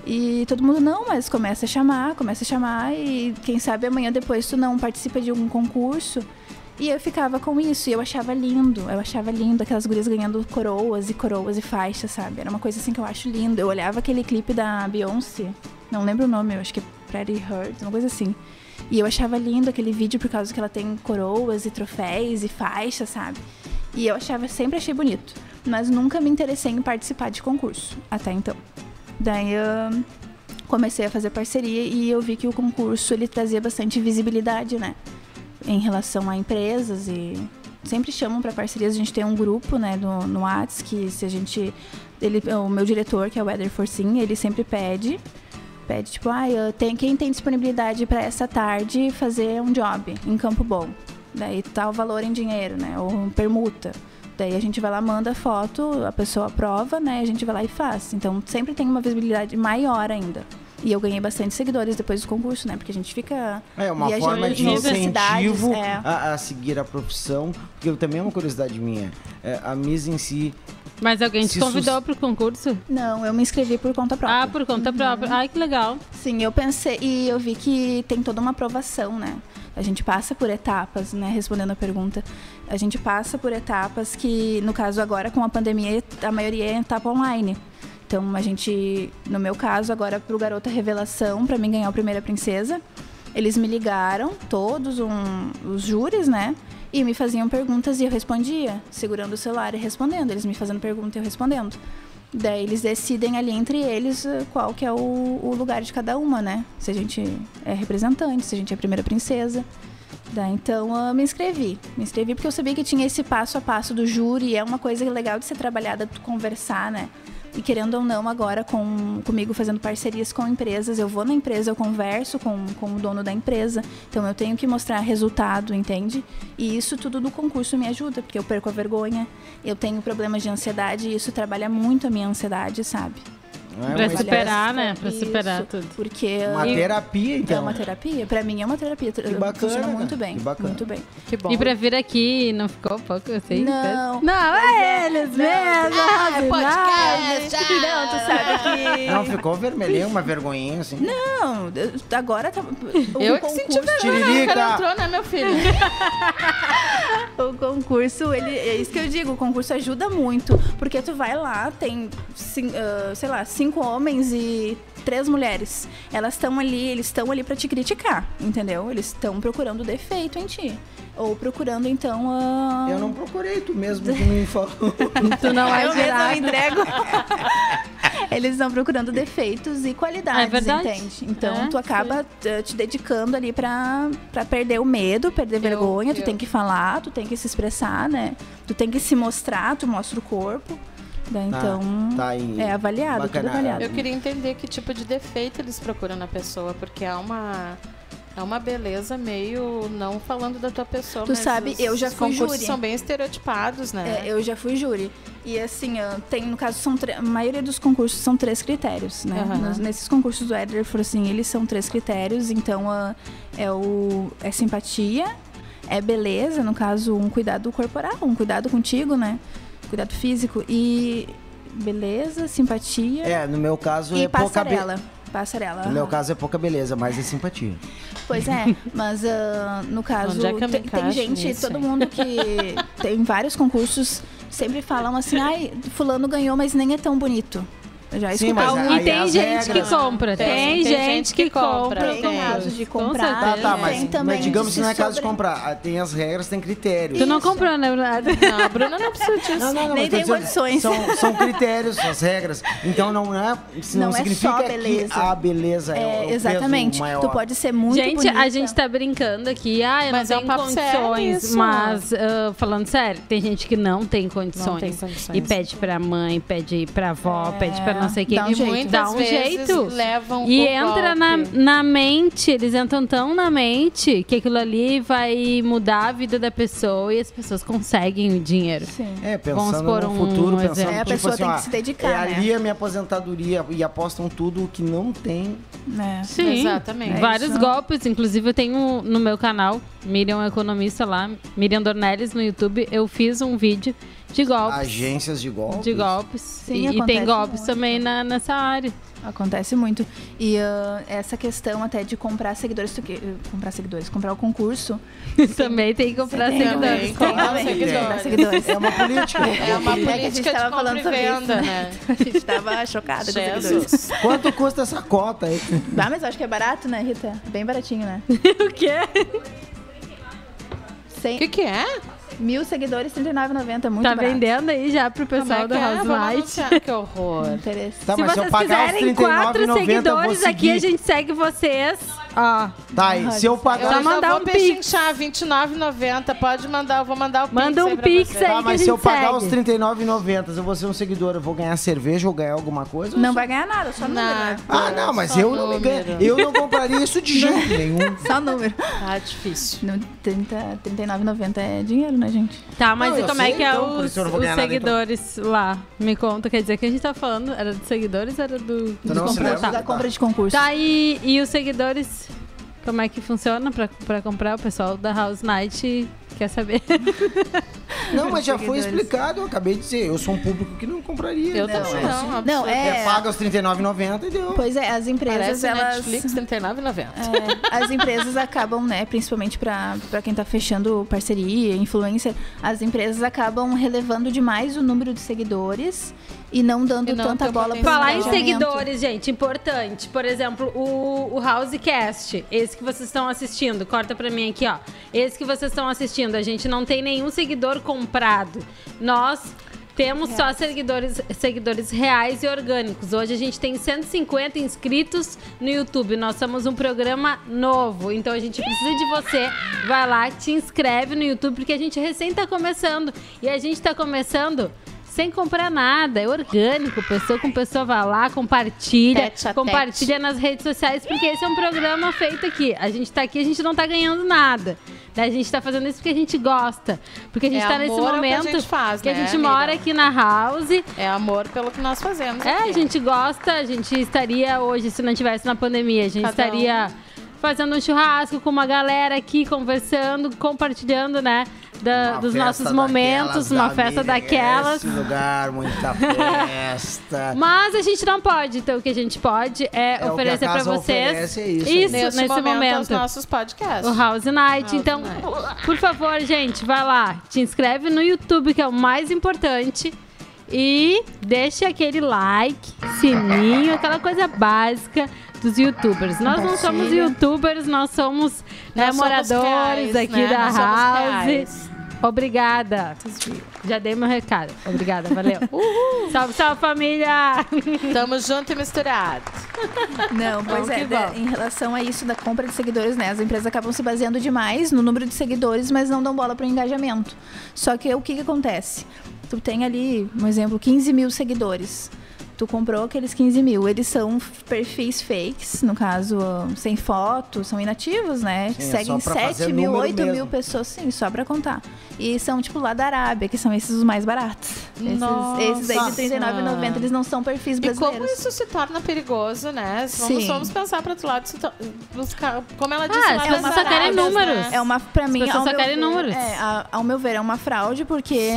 E todo mundo, não, mas começa a chamar, começa a chamar e quem sabe amanhã depois tu não participa de algum concurso. E eu ficava com isso, e eu achava lindo, eu achava lindo aquelas gurias ganhando coroas e coroas e faixas, sabe? Era uma coisa assim que eu acho lindo. Eu olhava aquele clipe da Beyoncé, não lembro o nome, eu acho que é Pretty Hurt, uma coisa assim. E eu achava lindo aquele vídeo por causa que ela tem coroas e troféus e faixas, sabe? E eu achava, sempre achei bonito, mas nunca me interessei em participar de concurso, até então. Daí eu comecei a fazer parceria e eu vi que o concurso ele trazia bastante visibilidade, né? Em relação a empresas e sempre chamam para parcerias. A gente tem um grupo, né, no, no Whats que se a gente, ele, o meu diretor que é o Weather Forcin, ele sempre pede pede tipo, ah, eu tenho, quem tem disponibilidade para essa tarde fazer um job em Campo Bom. Daí tal valor em dinheiro, né? Ou permuta. Daí a gente vai lá, manda foto, a pessoa aprova, né? A gente vai lá e faz. Então sempre tem uma visibilidade maior ainda. E eu ganhei bastante seguidores depois do concurso, né? Porque a gente fica. É uma viajando forma de em outras cidades, incentivo é. a, a seguir a profissão, porque eu- também é uma curiosidade minha. É, a Miss em si, Mas alguém te Se convidou sus- pro concurso? Não, eu me inscrevi por conta própria. Ah, por conta própria. Ai, que legal. Sim, eu pensei e eu vi que tem toda uma aprovação, né? A gente passa por etapas, né? Respondendo a pergunta, a gente passa por etapas que, no caso agora com a pandemia, a maioria é etapa online. Então a gente, no meu caso agora pro Garota Revelação, para mim ganhar o Primeira Princesa, eles me ligaram todos um- os júris, né? E me faziam perguntas e eu respondia, segurando o celular e respondendo. Eles me fazendo pergunta e eu respondendo. Daí eles decidem ali entre eles eh, qual que é o, o lugar de cada uma, né? Se a gente é representante, se a gente é a primeira princesa. Daí então eu me inscrevi. Me inscrevi porque eu sabia que tinha esse passo a passo do júri. É uma coisa legal de ser trabalhada, tu conversar, né? E querendo ou não, agora com, comigo fazendo parcerias com empresas, eu vou na empresa, eu converso com, com o dono da empresa. Então eu tenho que mostrar resultado, entende? E isso tudo do concurso me ajuda, porque eu perco a vergonha, eu tenho problemas de ansiedade e isso trabalha muito a minha ansiedade, sabe? não Pra é uma, se- espécie- superar, né? Pra Isso, superar tudo. Porque uma terapia, é então. uma terapia. Pra mim é uma terapia. Que bacana, Funciona cara. muito bem. Que bacana. Muito bem. Que bom. E pra vir aqui, não ficou pouco, assim? eu sei. Não. Não, é eles mesmo. Ah, podcast! Não, tu sabe que. Não, ficou vermelhinho, uma vergonhinha assim. Não, eu- agora tá. o Eu é que senti concurso- vergonha, o cara Tiririca. entrou, né, meu filho? O concurso, ele, é isso que eu digo, o concurso ajuda muito. Porque tu vai lá, tem, cin- ah, sei lá, cinco homens e três mulheres. Elas estão ali, eles estão ali pra te criticar, entendeu? Eles estão procurando defeito em ti. Ou procurando, então, ah, Eu não procurei, tu mesmo que me falou. Tu não eu é mesma virar. entrego. Eles estão procurando defeitos e qualidades, É verdade. entende? Então, É, tu acaba eh, te dedicando ali pra, pra perder o medo, perder vergonha. Tu eu- tem que falar, tu tem que se expressar, né? Tu tem que se mostrar, tu mostra o corpo. né? Tá, Então, Tá aí. é avaliado, Bacana. tudo avaliado. Eu queria entender que tipo de defeito eles procuram na pessoa, porque é uma é uma beleza meio não falando da tua pessoa, Tu mas sabe, os, eu já os fui concursos júri. são bem estereotipados, né? É, eu já fui júri. E assim, ah, tem, no caso, são tre- a maioria dos concursos são três critérios, né? Aham. Nos- nesses concursos do Edler, foram assim, eles são três critérios, então ah, é, o, é simpatia, é beleza, no caso, um cuidado corporal, um cuidado contigo, né? Cuidado físico e beleza, simpatia É, no meu caso e é pouca beleza. passarela. Passarela. No meu aham. caso é pouca beleza, mas é simpatia. Pois é, mas ah, no caso, Onde é que eu me tem, tem encaixo gente, nisso, todo hein? mundo que tem vários concursos, sempre falam assim, ai, fulano ganhou, mas nem é tão bonito. Eu já Sim, escutei mas E aí tem as gente regras- que compra. Tem, gente que compra. tem tem. casos de Com comprar. Tá, certeza. tá, Tem mas, mas também digamos de que não é se caso de sobre- comprar. Ah, Tem as regras, tem critérios. Tu não comprou, né, Brunada? Não, a Bruna não precisa disso. Não, não, não, Nem mas tô tem dizendo, condições. São, são critérios, são as regras. Então não é. Não, Não é só significa beleza. que a beleza é, o- é o É, peso exatamente. maior. Tu pode ser muito gente, bonita. a gente tá brincando aqui, ah, eu Mas é não um tenho papo sério condições. isso. mas, ah, falando sério, tem gente que não tem condições. Não tem condições. E pede pra mãe, pede pra avó, pede pra não sei quem. dá um e jeito. muitas dá um vezes jeito. levam E o entra na, golpe. na mente, eles entram tão na mente que aquilo ali vai mudar a vida da pessoa e as pessoas conseguem o dinheiro. Sim. É, Vamos pensando supor no um futuro, exemplo. pensando É, a tipo pessoa assim, tem ó, que se dedicar, É né? ali a minha aposentadoria e apostam tudo o que não tem. É. Sim, Exatamente. É Vários isso. golpes, inclusive eu tenho no meu canal, Miriam é Economista lá, Miriam Dornelles no YouTube, eu fiz um vídeo de golpes. Agências de golpes. De golpes. Sim, e, e tem acontece golpes muito. também na- nessa área. Acontece muito. E ah, essa questão até de comprar seguidores, tu que- comprar seguidores, comprar o concurso. também tem que comprar Tem seguidores. também, Comprar compra seguidores. Comprar seguidores. É uma política. É uma É que a gente política de tava compra falando e sobre isso, venda, né? A gente tava chocada com seguidores. Jesus. Quanto custa essa cota aí? Ah, mas eu acho que é barato, né, Rita? Bem baratinho, né? O quê? O Cem- que que é? Mil seguidores, R$39,90. é Muito Tá barato. vendendo aí já pro Como pessoal é que do é? House Vamos Light. anunciar. Que horror. Interesse. Tá, Se mas se eu vocês pagar os quiserem quatro 39,90 eu vou seguidores aqui, seguir. a gente segue vocês. Ó, Tá, e se eu Eu Só pagar... já mandar vou um pechinchar 29,90. Pode mandar, eu vou mandar o pix Manda um aí pra pix você. aí. Tá, que mas a se eu gente pagar segue. os R$39,90, eu vou ser um seguidor, eu vou ganhar cerveja ou ganhar alguma coisa? Não vai ganhar nada, só número. Nada. né? Ah, não, mas Só eu não me número. ganho. Eu não compraria isso de jeito nenhum. Só número. Tá difícil. No 30, 39,90 é dinheiro, né, gente? Tá, mas Não, e eu como é sei, que é então, por os, isso eu não vou os ganhar nada, então. seguidores lá? Me conta, quer dizer, que a gente tá falando era dos seguidores, era do... Tu dos Então não se compradores? lembra? Tá. Da compra de concurso. Tá, e, e os seguidores, como é que funciona pra, pra comprar? O pessoal da House Night quer saber. Não, mas já foi explicado, eu acabei de dizer. Eu sou um público que não compraria. Eu um né? também não. absurdo. Não, É, é... paga os R$39,90 e deu. Pois é, as empresas, Parece elas... Netflix, R$39,90. É, as empresas acabam, né, principalmente pra pra quem tá fechando parceria, influencer, as empresas acabam relevando demais o número de seguidores e não dando E não tanta tem bola pro potencial. Falar em engajamento. seguidores, gente, importante. Por exemplo, o, o Housecast, esse que vocês estão assistindo, corta pra mim aqui, ó. Esse que vocês estão assistindo, a gente não tem nenhum seguidor comprado. Nós temos só seguidores, seguidores reais e orgânicos. Hoje a gente tem 150 inscritos no YouTube. Nós somos um programa novo, então a gente precisa de você. Vai lá, te inscreve no YouTube, porque a gente recém tá começando. E a gente tá começando sem comprar nada, é orgânico. Pessoa com pessoa vai lá, compartilha, Tete a compartilha nas redes sociais, porque esse é um programa feito aqui. A gente tá aqui, a gente não tá ganhando nada. né? A gente tá fazendo isso porque a gente gosta. Porque a gente É tá nesse amor ao que a momento gente faz, que a né, gente amiga? mora aqui na house. É amor pelo que nós fazemos. É, aqui. a gente gosta, a gente estaria hoje, se não tivesse na pandemia, a gente Cada um. estaria fazendo um churrasco com uma galera aqui, conversando, compartilhando, né? da- Uma dos festa nossos daquelas, momentos, uma da festa Miriam, daquelas. Esse lugar, muita festa. Mas a gente não pode, então o que a gente pode é, o que oferecer a pra casa vocês. oferece, é isso. nesse, momento. os nossos podcasts. O House Night. então, por favor, gente, vai lá, te inscreve no YouTube, que é o mais importante. E deixa aquele like, sininho, aquela coisa básica dos youtubers. Nós não somos Compartilha. youtubers, nós somos né, Nós somos moradores reais, aqui né? da Nós somos House. reais. Obrigada. Já dei meu recado. Obrigada, valeu. Salve, salve, família! Tamo junto e misturado. Não, pois Vamos que é, da- vamos. em relação a isso da compra de seguidores, né? As empresas acabam se baseando demais no número de seguidores, mas não dão bola para engajamento. Só que o que, que acontece? Tu tem ali, um exemplo, 15 mil seguidores. Tu comprou aqueles 15 mil. Eles são f- perfis fakes, no caso, ah, sem foto, são inativos, né? Sim, é Seguem só pra fazer 7 mil, número 8 mil mesmo. pessoas, sim, só pra contar. E são, tipo, lá da Arábia, que são esses os mais baratos. Nossa. Esses, esses aí de R$39,90, eles não são perfis E brasileiros. como isso se torna perigoso, né? Vamos, Sim. vamos pensar para outro lado. se to- buscar, como ela disse, Ah, lá as nas pessoas só querem Arábias, né? números. É uma, pra mim, pessoas ao só meu querem ver, números. É, a- ao meu ver, é uma fraude, porque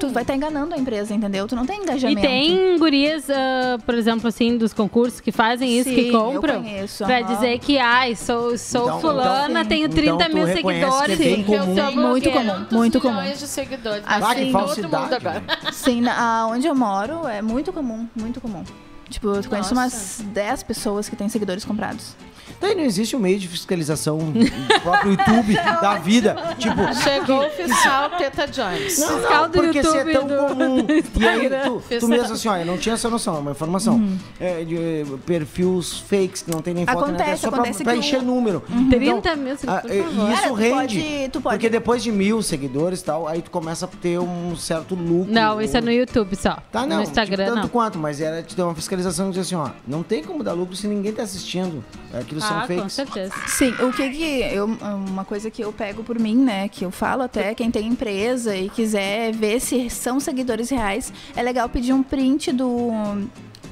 tu vai estar enganando a empresa, entendeu? Tu não tem E engajamento. tem gurias, ah, por exemplo, assim, dos concursos que fazem isso, que Sim, compram. Eu conheço, Pra aham. dizer que, ai, sou, sou Então- fulana, então- tenho 30 então tu mil reconhece seguidores. que é bem Sim, que eu sou comum. blogueira. Muito comum, muito comum. milhões de seguidores. Ah, Ah, Assim, que sim, todo mundo falsidade. agora. né? Sim, na, onde eu moro é muito comum, muito comum. Tipo, eu conheço umas Nossa. 10 pessoas que têm seguidores comprados. Daí não existe um meio de fiscalização do próprio YouTube da vida. Tipo, Chegou o fiscal Teta Jones. Não, Fiscal não, do porque isso é YouTube tão do- comum. E aí, tu, tu Fiscal. mesmo assim, ó, eu não tinha essa noção, é uma informação. Uhum. É, de, eh, perfis fakes que não tem nem foto, nem nada, é Acontece, só pra, acontece pra que o- um encher número. Uhum. 30 mil Ah, seguidores, e- por favor. e isso Cara, tu rende. pode- tu pode- Porque depois de mil seguidores e tal, aí tu começa a ter um certo lucro. Não, isso é no YouTube só. Tá, não. no Instagram, tipo, tanto não. quanto, mas era te dar uma fiscalização e dizer assim, ó, não tem como dar lucro se ninguém tá assistindo. Aquilo são Ah, com fakes. certeza. Sim, o que que eu, uma coisa que eu pego por mim, né, que eu falo até quem tem empresa e quiser ver se são seguidores reais, é legal pedir um print do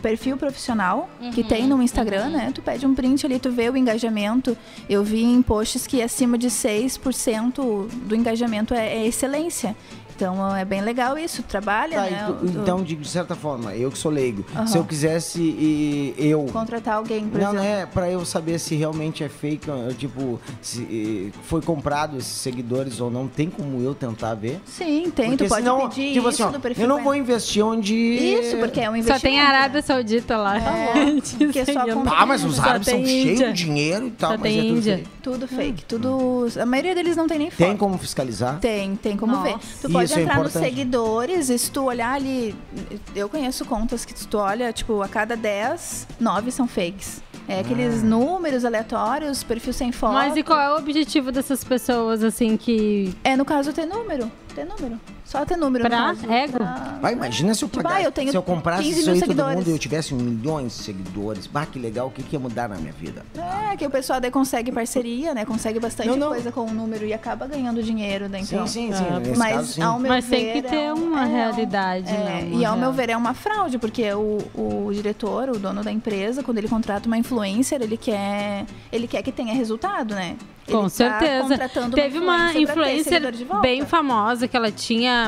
perfil profissional que tem Uhum. no Instagram, né? Tu pede um print ali, tu vê o engajamento. Eu vi em posts que acima de 6% do engajamento é, é excelência. Então é bem legal isso, trabalha, Tá, né? e tu- o- o- então, de, de certa forma, eu que sou leigo, Aham. se eu quisesse e eu contratar alguém, por Não, exemplo. não é pra eu saber se realmente é fake, eh, tipo, se eh, foi comprado esses seguidores ou não. Tem como eu tentar ver? Sim, tem, Porque tu pode senão, pedir tipo isso assim, ó, do perfil. eu não né? vou investir onde... Isso, porque é um Só investimento. tem a Arábia Saudita lá. É, porque só Seguindo. compra- Ah, mas os Só árabes são tem Índia. cheios de dinheiro e tal, Só mas tem é tudo Índia. fake. Tudo fake, tudo. A maioria deles não tem nem foto. Tem como fiscalizar? Tem, tem como Nossa. ver. Tu Isso pode é entrar nos importante. seguidores e se tu olhar ali. Eu conheço contas que se tu olha, tipo, a cada 10, 9 são fakes. É Ah. aqueles números aleatórios, perfil sem foto. Mas e qual é o objetivo dessas pessoas, assim, que... É, no caso, ter número. Ter número. Só ter número. Pra no caso, ego? pra- Vai, imagina se eu Tipo, pagar, ah, eu tenho se eu comprasse 15 isso mil aí todo seguidores. mundo e eu tivesse um milhão de seguidores. Bah, que legal, o que, que ia mudar na minha vida? É, que o pessoal daí consegue parceria, né? Consegue bastante Não, não. coisa com o número e acaba ganhando dinheiro, né? Então. sim, sim, sim. nesse Mas, caso, sim. ao meu Mas tem ver, que é ter um- uma é um- realidade, É, né? e Uma ao meu real- ver é uma fraude, porque o, o diretor, o dono da empresa, quando ele contrata uma influencer, ele quer, ele quer que tenha resultado, né? Ele Com tá certeza. contratando Teve uma pra ter influencer seguidor de volta. bem famosa que ela tinha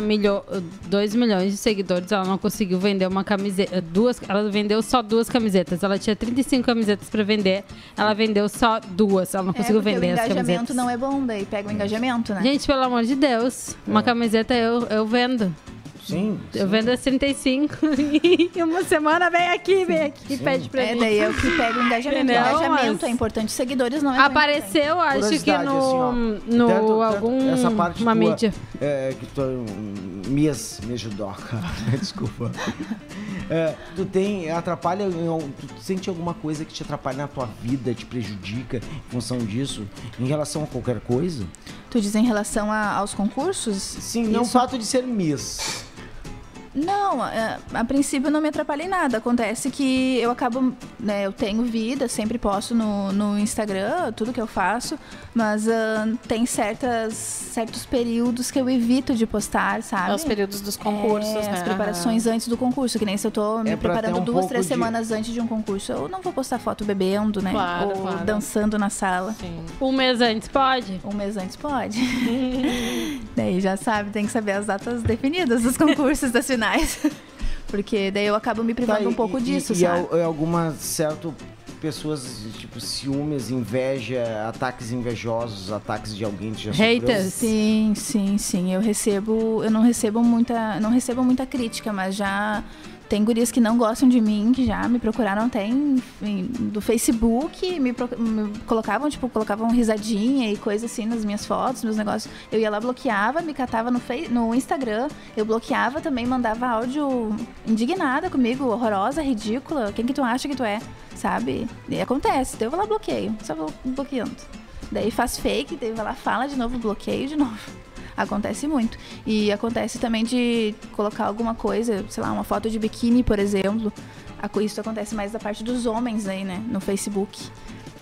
2 milhões de seguidores, ela não conseguiu vender uma camiseta, duas, ela vendeu só duas camisetas. Ela tinha 35 camisetas pra vender, ela vendeu só duas, ela não É, conseguiu porque vender o as engajamento camisetas. não é bom, daí pega o engajamento, né? Gente, pelo amor de Deus, uma camiseta eu, eu vendo. É. Sim, Eu vendo as 35 e uma semana vem aqui, vem aqui e pede pra é, mim. daí é o que pega o engajamento. Não, o engajamento mas- é importante, os seguidores não é tão Apareceu, acho que Curiosidade, assim, ó. no, no Tanto- tanto algum essa parte uma tua, mídia. É, que tu é um Mias me judoca. Desculpa. É, tu tem. Atrapalha. em al- Tu sente alguma coisa que te atrapalha na tua vida, te prejudica em função disso? Em relação a qualquer coisa? importante. Tu diz em relação a- aos concursos? Sim, não o Isso. fato de ser Miss. é, Não, a, a princípio não me atrapalha em nada. Acontece que eu acabo né, eu tenho vida, sempre posto no, no Instagram tudo que eu faço, mas ah, tem certas, certos períodos que eu evito de postar, sabe? É os períodos dos concursos, É, né? As preparações antes do concurso, que nem se eu tô me É pra ter preparando um duas, pouco três de- semanas antes de um concurso, eu não vou postar foto bebendo, né? Claro, Ou claro. dançando na sala. Sim. Um mês antes, pode? Um mês antes pode. daí já sabe, tem que saber as datas definidas dos concursos das finais. Porque daí eu acabo me privando Tá, um e- pouco e- disso, e, sabe? al- e algumas certo pessoas tipo ciúmes, inveja, ataques invejosos, ataques de alguém que já Haters. sofreu. Sim, sim, sim. Eu recebo, eu não recebo muita, não recebo muita crítica, mas já tem gurias que não gostam de mim, que já me procuraram até em- em- do Facebook, me, pro- me colocavam, tipo, colocavam risadinha e coisa assim nas minhas fotos, meus negócios. Eu ia lá, bloqueava, me catava no, Face- no Instagram, eu bloqueava também, mandava áudio indignada comigo, horrorosa, ridícula, quem que tu acha que tu é, sabe? E acontece, daí eu vou lá bloqueio, só vou bloqueando. Daí faz fake, daí vai lá, fala de novo, bloqueio de novo. Acontece muito. E acontece também de colocar alguma coisa, sei lá, uma foto de biquíni, por exemplo. Aco- Isso acontece mais da parte dos homens aí, né? No Facebook.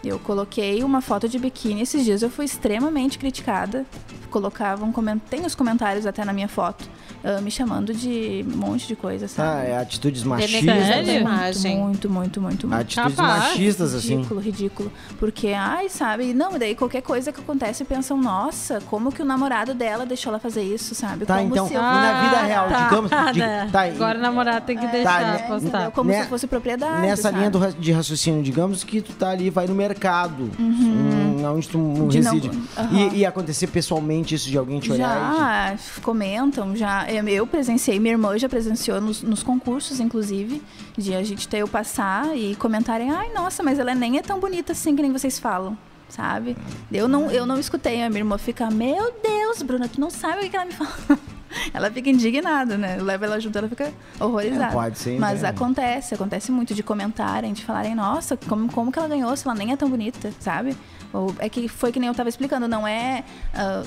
Eu coloquei uma foto de biquíni esses dias, eu fui extremamente criticada. Colocavam, comen- tem os comentários até na minha foto, ah, me chamando de um monte de coisa, Ah, sabe? é atitudes Sério? machistas. Sério? Muito, muito, muito, muito, muito. Atitudes Capaz. machistas, assim. Ridículo, ridículo. Porque, ai, sabe? Não, e daí qualquer coisa que acontece pensam, nossa, como que o namorado dela deixou ela fazer isso, sabe? Tá, como então, se eu... na vida Ah, real, tá. digamos. de- Né? tá, e- Agora o namorado tem que né? deixar É, entendeu? postar. Como Né- se fosse propriedade. Nessa sabe? linha do ra- de raciocínio, digamos que tu tá ali, vai no mercado, um- onde tu Uhum. De não- reside. Aham. E, e acontecer pessoalmente isso de alguém te olhar e Já f- comentam, já. Eu, eu presenciei, minha irmã já presenciou nos, nos concursos, inclusive, de a gente ter eu passar e comentarem, ai, nossa, mas ela nem é tão bonita assim que nem vocês falam. Sabe? Eu não, eu não escutei a minha irmã ficar, meu Deus, Bruna, tu não sabe o que que ela me fala. ela fica indignada, né? Eu levo ela junto, ela fica É, horrorizada. pode ser, Mas né? acontece, acontece muito de comentarem, de falarem, nossa, como, como que ela ganhou se ela nem é tão bonita, sabe? Ou- é que foi que nem eu tava explicando, não é.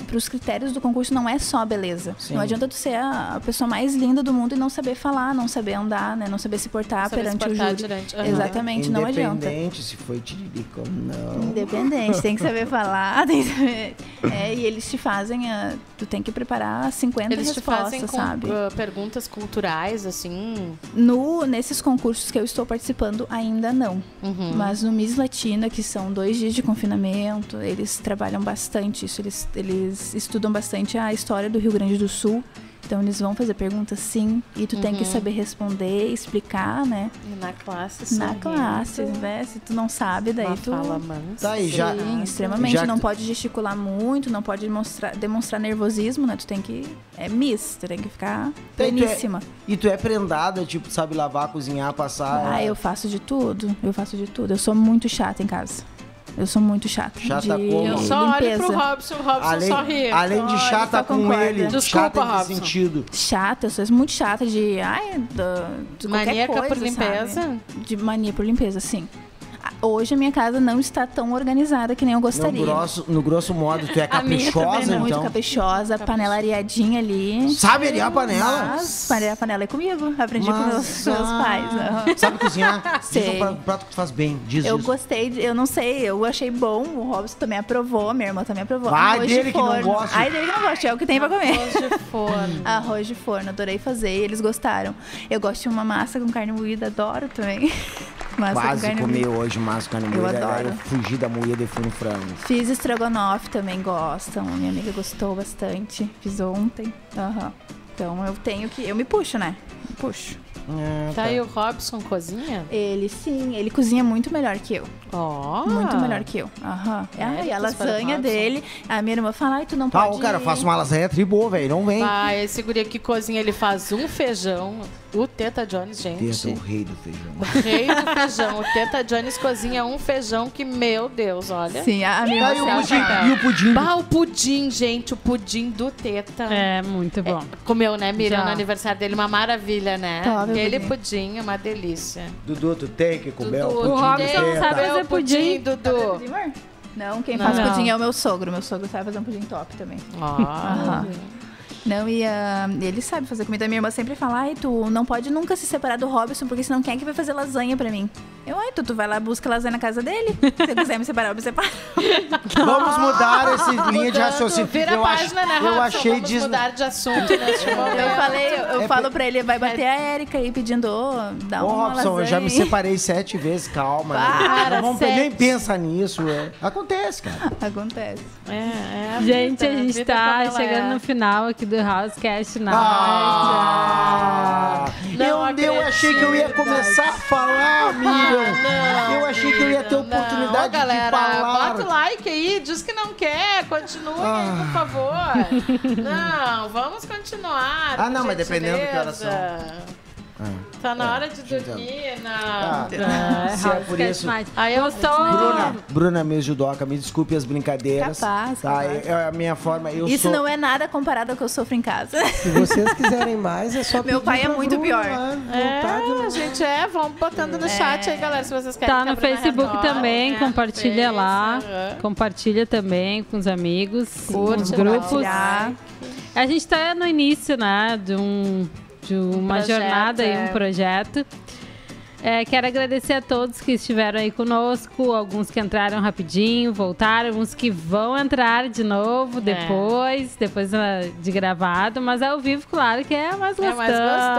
Para os critérios do concurso não é só a beleza. Sim. Não adianta tu ser a, a pessoa mais linda do mundo e não saber falar, não saber andar, né? Não saber se portar Saber se perante o portar júri. diante- Aham. Exatamente, não adianta. Independente se foi tiririca ou não. Independente, tem que saber falar, tem que saber... É, e eles te fazem, ah, tu tem que preparar 50 Eles te respostas, fazem com sabe? ah, perguntas culturais, assim. No, nesses concursos que eu estou participando, ainda não. uhum, Mas no Miss Latina, que são dois dias de confinamento, eles trabalham bastante isso. Eles, eles estudam bastante a história do Rio Grande do Sul. Então eles vão fazer perguntas sim. E tu tem que saber responder, explicar, né? E na classe, Na sorrindo, classe, né? Se tu não sabe, daí Uma tu. fala mansa. Tá aí, já. Sim, extremamente. Já que Não tu- pode gesticular muito, não pode demonstrar, demonstrar nervosismo, né? Tu tem que. É miss, tu tem que ficar Tem- tu é- pleníssima. E tu é prendada, tipo, sabe lavar, cozinhar, passar. Ah, eu faço de tudo. Eu faço de tudo. Eu sou muito chata em casa. Eu sou muito chata. Chata de como? Eu Bom, só olho limpeza. pro Robson, o Robson Além, só ri. além de Olha, chata só com concorda. ele, Desculpa, chata em que Robson. sentido? Chata, eu sou muito chata de. Ai, da- de qualquer Maníaca coisa, é por limpeza. sabe? De mania por limpeza, sim. Ah, Hoje a minha casa não está tão organizada que nem eu No gostaria. grosso, no grosso modo, tu é A minha também caprichosa, muito então. caprichosa, panela areadinha ali. Sabe arear a panela? Mas panela, panela é comigo. Aprendi com meus, Mas, ah, meus pais. né? Sabe cozinhar? Diz um Sei. pra- prato que tu faz bem. Diz Eu isso. gostei, de- eu não sei, eu achei bom, o Robson também aprovou, minha irmã também aprovou. Vai, Arroz de dele que não forno. gosta. Ai, dele que não gosta, é o que tem pra comer. Arroz de forno. Arroz de forno, adorei fazer, eles gostaram. Eu gosto de uma massa com carne moída, adoro também. massa com Quase carne comi moída. hoje massa com carne Eu moída. aí adoro. Um Eu fugi da moída e fui no frango. Fiz estrogonofe também, gostam. Minha amiga gostou bastante. Fiz ontem. Aham. Então eu tenho que. Eu me puxo, né? Me puxo. Ah, Tá aí o Robson cozinha? Ele sim, ele cozinha muito melhor que eu. Ó. Muito melhor que eu. Aham. Ah, e a Méritos para o lasanha Robson. dele. A minha irmã fala, ai, tu não Ah, pode. o cara, faço uma lasanha triboa, velho. Não vem. Pai, Ah, esse guri que cozinha, ele faz um feijão. O Teta Jones, Deus é o gente. rei do feijão. Rei do feijão. O Teta Jones cozinha um feijão que, meu Deus, olha. Sim, a a minha Ah, irmã "Tá." e Marcelo o pudim, Rafael. e o pudim do Bah, o pudim, gente, o pudim do Teta. É, muito bom. Comeu, né, Miriam, Já. no aniversário dele, uma maravilha, né? Tava, Aquele Miriam. pudim é uma delícia. Dudu, tu tem que comer o Dudu, o pudim Robson do Teta. sabe- É fazer o pudim, pudim. Dudu. Não, quem faz Não. pudim é o meu sogro. Meu sogro sabe fazer um pudim top também. Ó. Aham. Não, e ah, ele sabe fazer comida. Minha irmã sempre fala, ai, tu não pode nunca se separar do Robson, porque senão quem é que vai fazer lasanha pra mim? Eu, ai, tu, tu vai lá, busca lasanha na casa dele. Se ele quiser me separar, eu me separo. Vamos mudar essa linha de raciocínio. Vira a eu acho- página, né, Eu Hudson? achei Vamos desne- mudar de assunto neste Eu momento. falei, eu, eu falo pra ele, vai bater a Érica aí pedindo, ô, dá É Ô, uma Robson, eu já me lasanha. separei sete vezes, calma. né? Para, não vamos sete. nem pensar nisso. é. Acontece, cara. Acontece. É, é Gente, a vida, gente vida tá como ela chegando é. no final aqui do Housecast Night. Ah, Não eu, eu acredito. achei que eu ia começar a Ah, falar, Miriam. eu achei que eu ia ter Não, oportunidade galera, de falar. Ah. bota o like aí, diz que não quer, continue aí, por favor. não, vamos continuar. Ah, por não, mas dependendo do que horas gentileza. Ah, Tá na é, hora de te entendo. dormir, não. Ah, Ah, se é por Housecast isso- Night. Aí eu Bruna, Bruna, minha judoca, me desculpe as brincadeiras. Capaz, tá? capaz. É é a minha forma. Eu Isso sou... não é nada comparado ao que eu sofro em casa. Se vocês quiserem mais, é só Meu pedir pai é pra muito Bruna pior. lá, vontade, É, gente, é, vamos botando no chat aí, galera, se vocês querem. Tá que no a Bruna Facebook retorne, também, né, no compartilha Face, lá. aham. Compartilha também com os amigos, com os Curte, grupos. compartilhar. A gente tá no início, né, de, um, de uma projeto, jornada e um é. projeto. É, quero agradecer a todos que estiveram aí conosco, alguns que entraram rapidinho, voltaram, alguns que vão entrar de É. novo depois, depois ah, de gravado, mas ao vivo, claro que é mais É gostoso. mais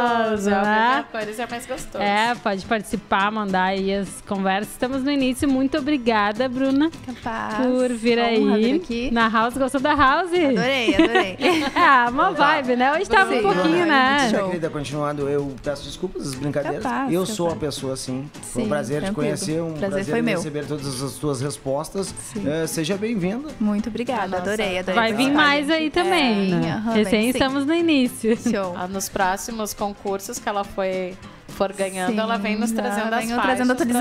gostoso, é o né? primeiro cores é mais gostoso. É, pode participar, mandar aí as conversas. Estamos no início. Muito obrigada, Bruna, Ah, Capaz. por vir um Honra vir aí aqui. na House. Gostou da House? Adorei, adorei. Ah, uma vibe, né? Hoje tava um Tá. Sim. pouquinho, Bruna, né? Show. Minha querida, continuando, eu peço desculpas das brincadeiras. Capaz, eu capaz. sou uma pessoa assim. Foi um Sim, prazer te tranquilo. conhecer, um Prazer prazer, foi meu. receber todas as tuas respostas. Eh, seja bem-vinda. Muito obrigada, adorei, adorei. Vai vir participar, mais gente. aí também. tá É, né? aham, vem Recém sim. estamos no início. Show. Ah, Nos próximos concursos que ela foi, for tá ganhando, Sim, ela vem nos ela trazendo vem as faixas. trazendo pra nos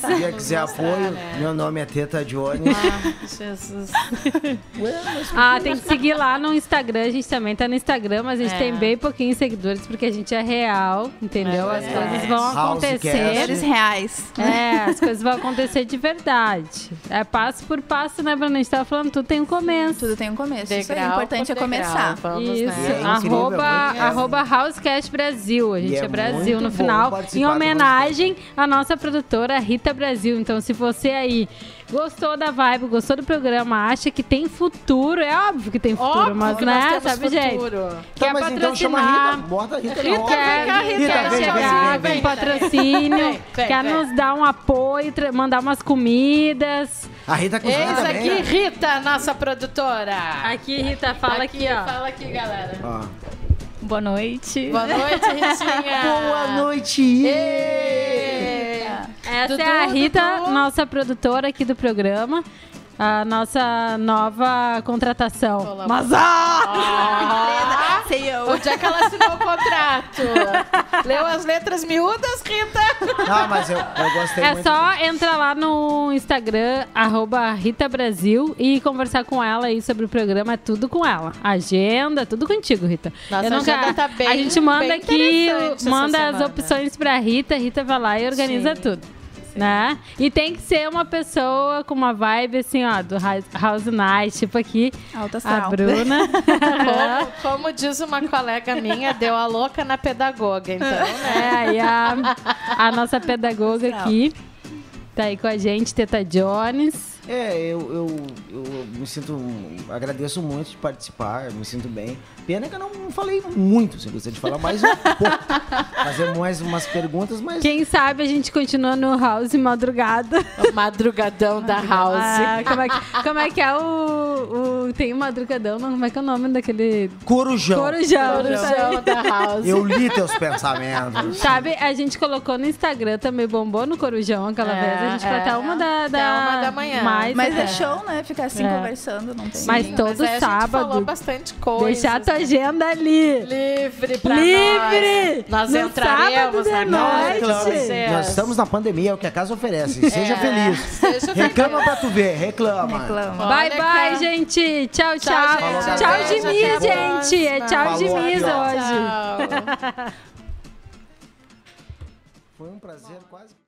botar, Se quiser nos quiser mostrar, apoio, né? meu nome é Teta Johnny. Ah, Jesus. Ah, tem que seguir lá no Instagram. A gente também tá no Instagram, mas a gente É. tem bem pouquinhos seguidores, porque a gente é real, entendeu? É. As coisas vão Housecast. acontecer. Valores reais. É, as coisas vão acontecer de verdade. É passo por passo, né, Bruna? A gente tava falando, tudo tem um começo. Tudo tem um começo. Isso aí, o Degrau importante é por degrau, começar. Vamos, Isso, Ah, E é né? incrível, arroba, é muito arroba Housecast Brasil. A gente E é, é Brasil muito no bom final. participar Em do homenagem à nossa produtora Rita Brasil. Então, se você aí gostou da vibe, gostou do programa, acha que tem futuro, é óbvio que tem futuro, Óbvio mas que né, nós temos sabe, gente? futuro. Quer Tá, mas então chama a patrocinar. Rita. Bota a Rita na Rita, roda. vem cá, Rita, quer vem, chegar vem, com vem. patrocínio, Vem, vem, quer vem. nos dar um apoio, tra- mandar umas comidas. A Rita cozinha Eis também, aqui, né? Rita, nossa produtora. Aqui, Rita, fala aqui, ó. Fala aqui, galera. Ó. Boa noite. Boa noite, Ritinha. Boa noite! Essa Dudu, é a Rita, Dudu. nossa produtora aqui do programa. A nossa nova contratação. Olá. Mas ah! Ah, Sei eu. Onde é que ela assinou o contrato? Leu as letras miúdas, Rita? Ah, mas eu, eu gostei É muito. só entrar lá no Instagram, arroba Rita Brasil, e conversar com ela aí sobre o programa. É tudo com ela. Agenda, tudo contigo, Rita. Nossa, a agenda tá bem- A gente manda bem aqui, interessante essa manda as semana. opções pra Rita, a Rita vai lá e organiza Sim. tudo. Né? E tem que ser uma pessoa com uma vibe assim, ó, do House- House Night, tipo aqui. Alta A Bruna. Como, como diz uma colega minha, deu a louca na pedagoga, então. É, e a, a nossa pedagoga Astral. aqui. Tá aí com a gente, Teta Jones. É, eu, eu, eu me sinto. Agradeço muito de participar, me sinto bem. Pena que eu não falei muito, assim, gostaria de falar mais um pouco. Fazer mais umas perguntas, mas. Quem sabe a gente continua no House Madrugada. O madrugadão da Ah, House. como, é que, como é que é o, o- Tem o Madrugadão, não, como é que é o nome daquele. Corujão. Corujão. Ah, Madrugão da House. Eu li teus pensamentos. Sabe, a gente colocou no Instagram também, bombou no Corujão aquela É, vez. A gente é. foi até uma da, da, Até uma da manhã. Mais, Mas é até. show, né? Ficar assim conversando, não tem. Mas Sim, todo aí a sábado, Gente falou bastante coisa. Deixar a tua agenda ali. Livre pra Livre! nós. Nós No entraremos sábado de na noite. casa de vocês. Nós estamos na pandemia, é o que a casa oferece. Seja É, feliz. seja Reclama feliz. pra tu ver, reclama. Reclama. Bye, Olha, bye, cara. gente. Tchau, tchau. Tchau, Tchau, gente. de Beijo, mim, até a gente. É próxima. tchau de Falou, mim tchau. hoje. Tchau. Foi um prazer quase.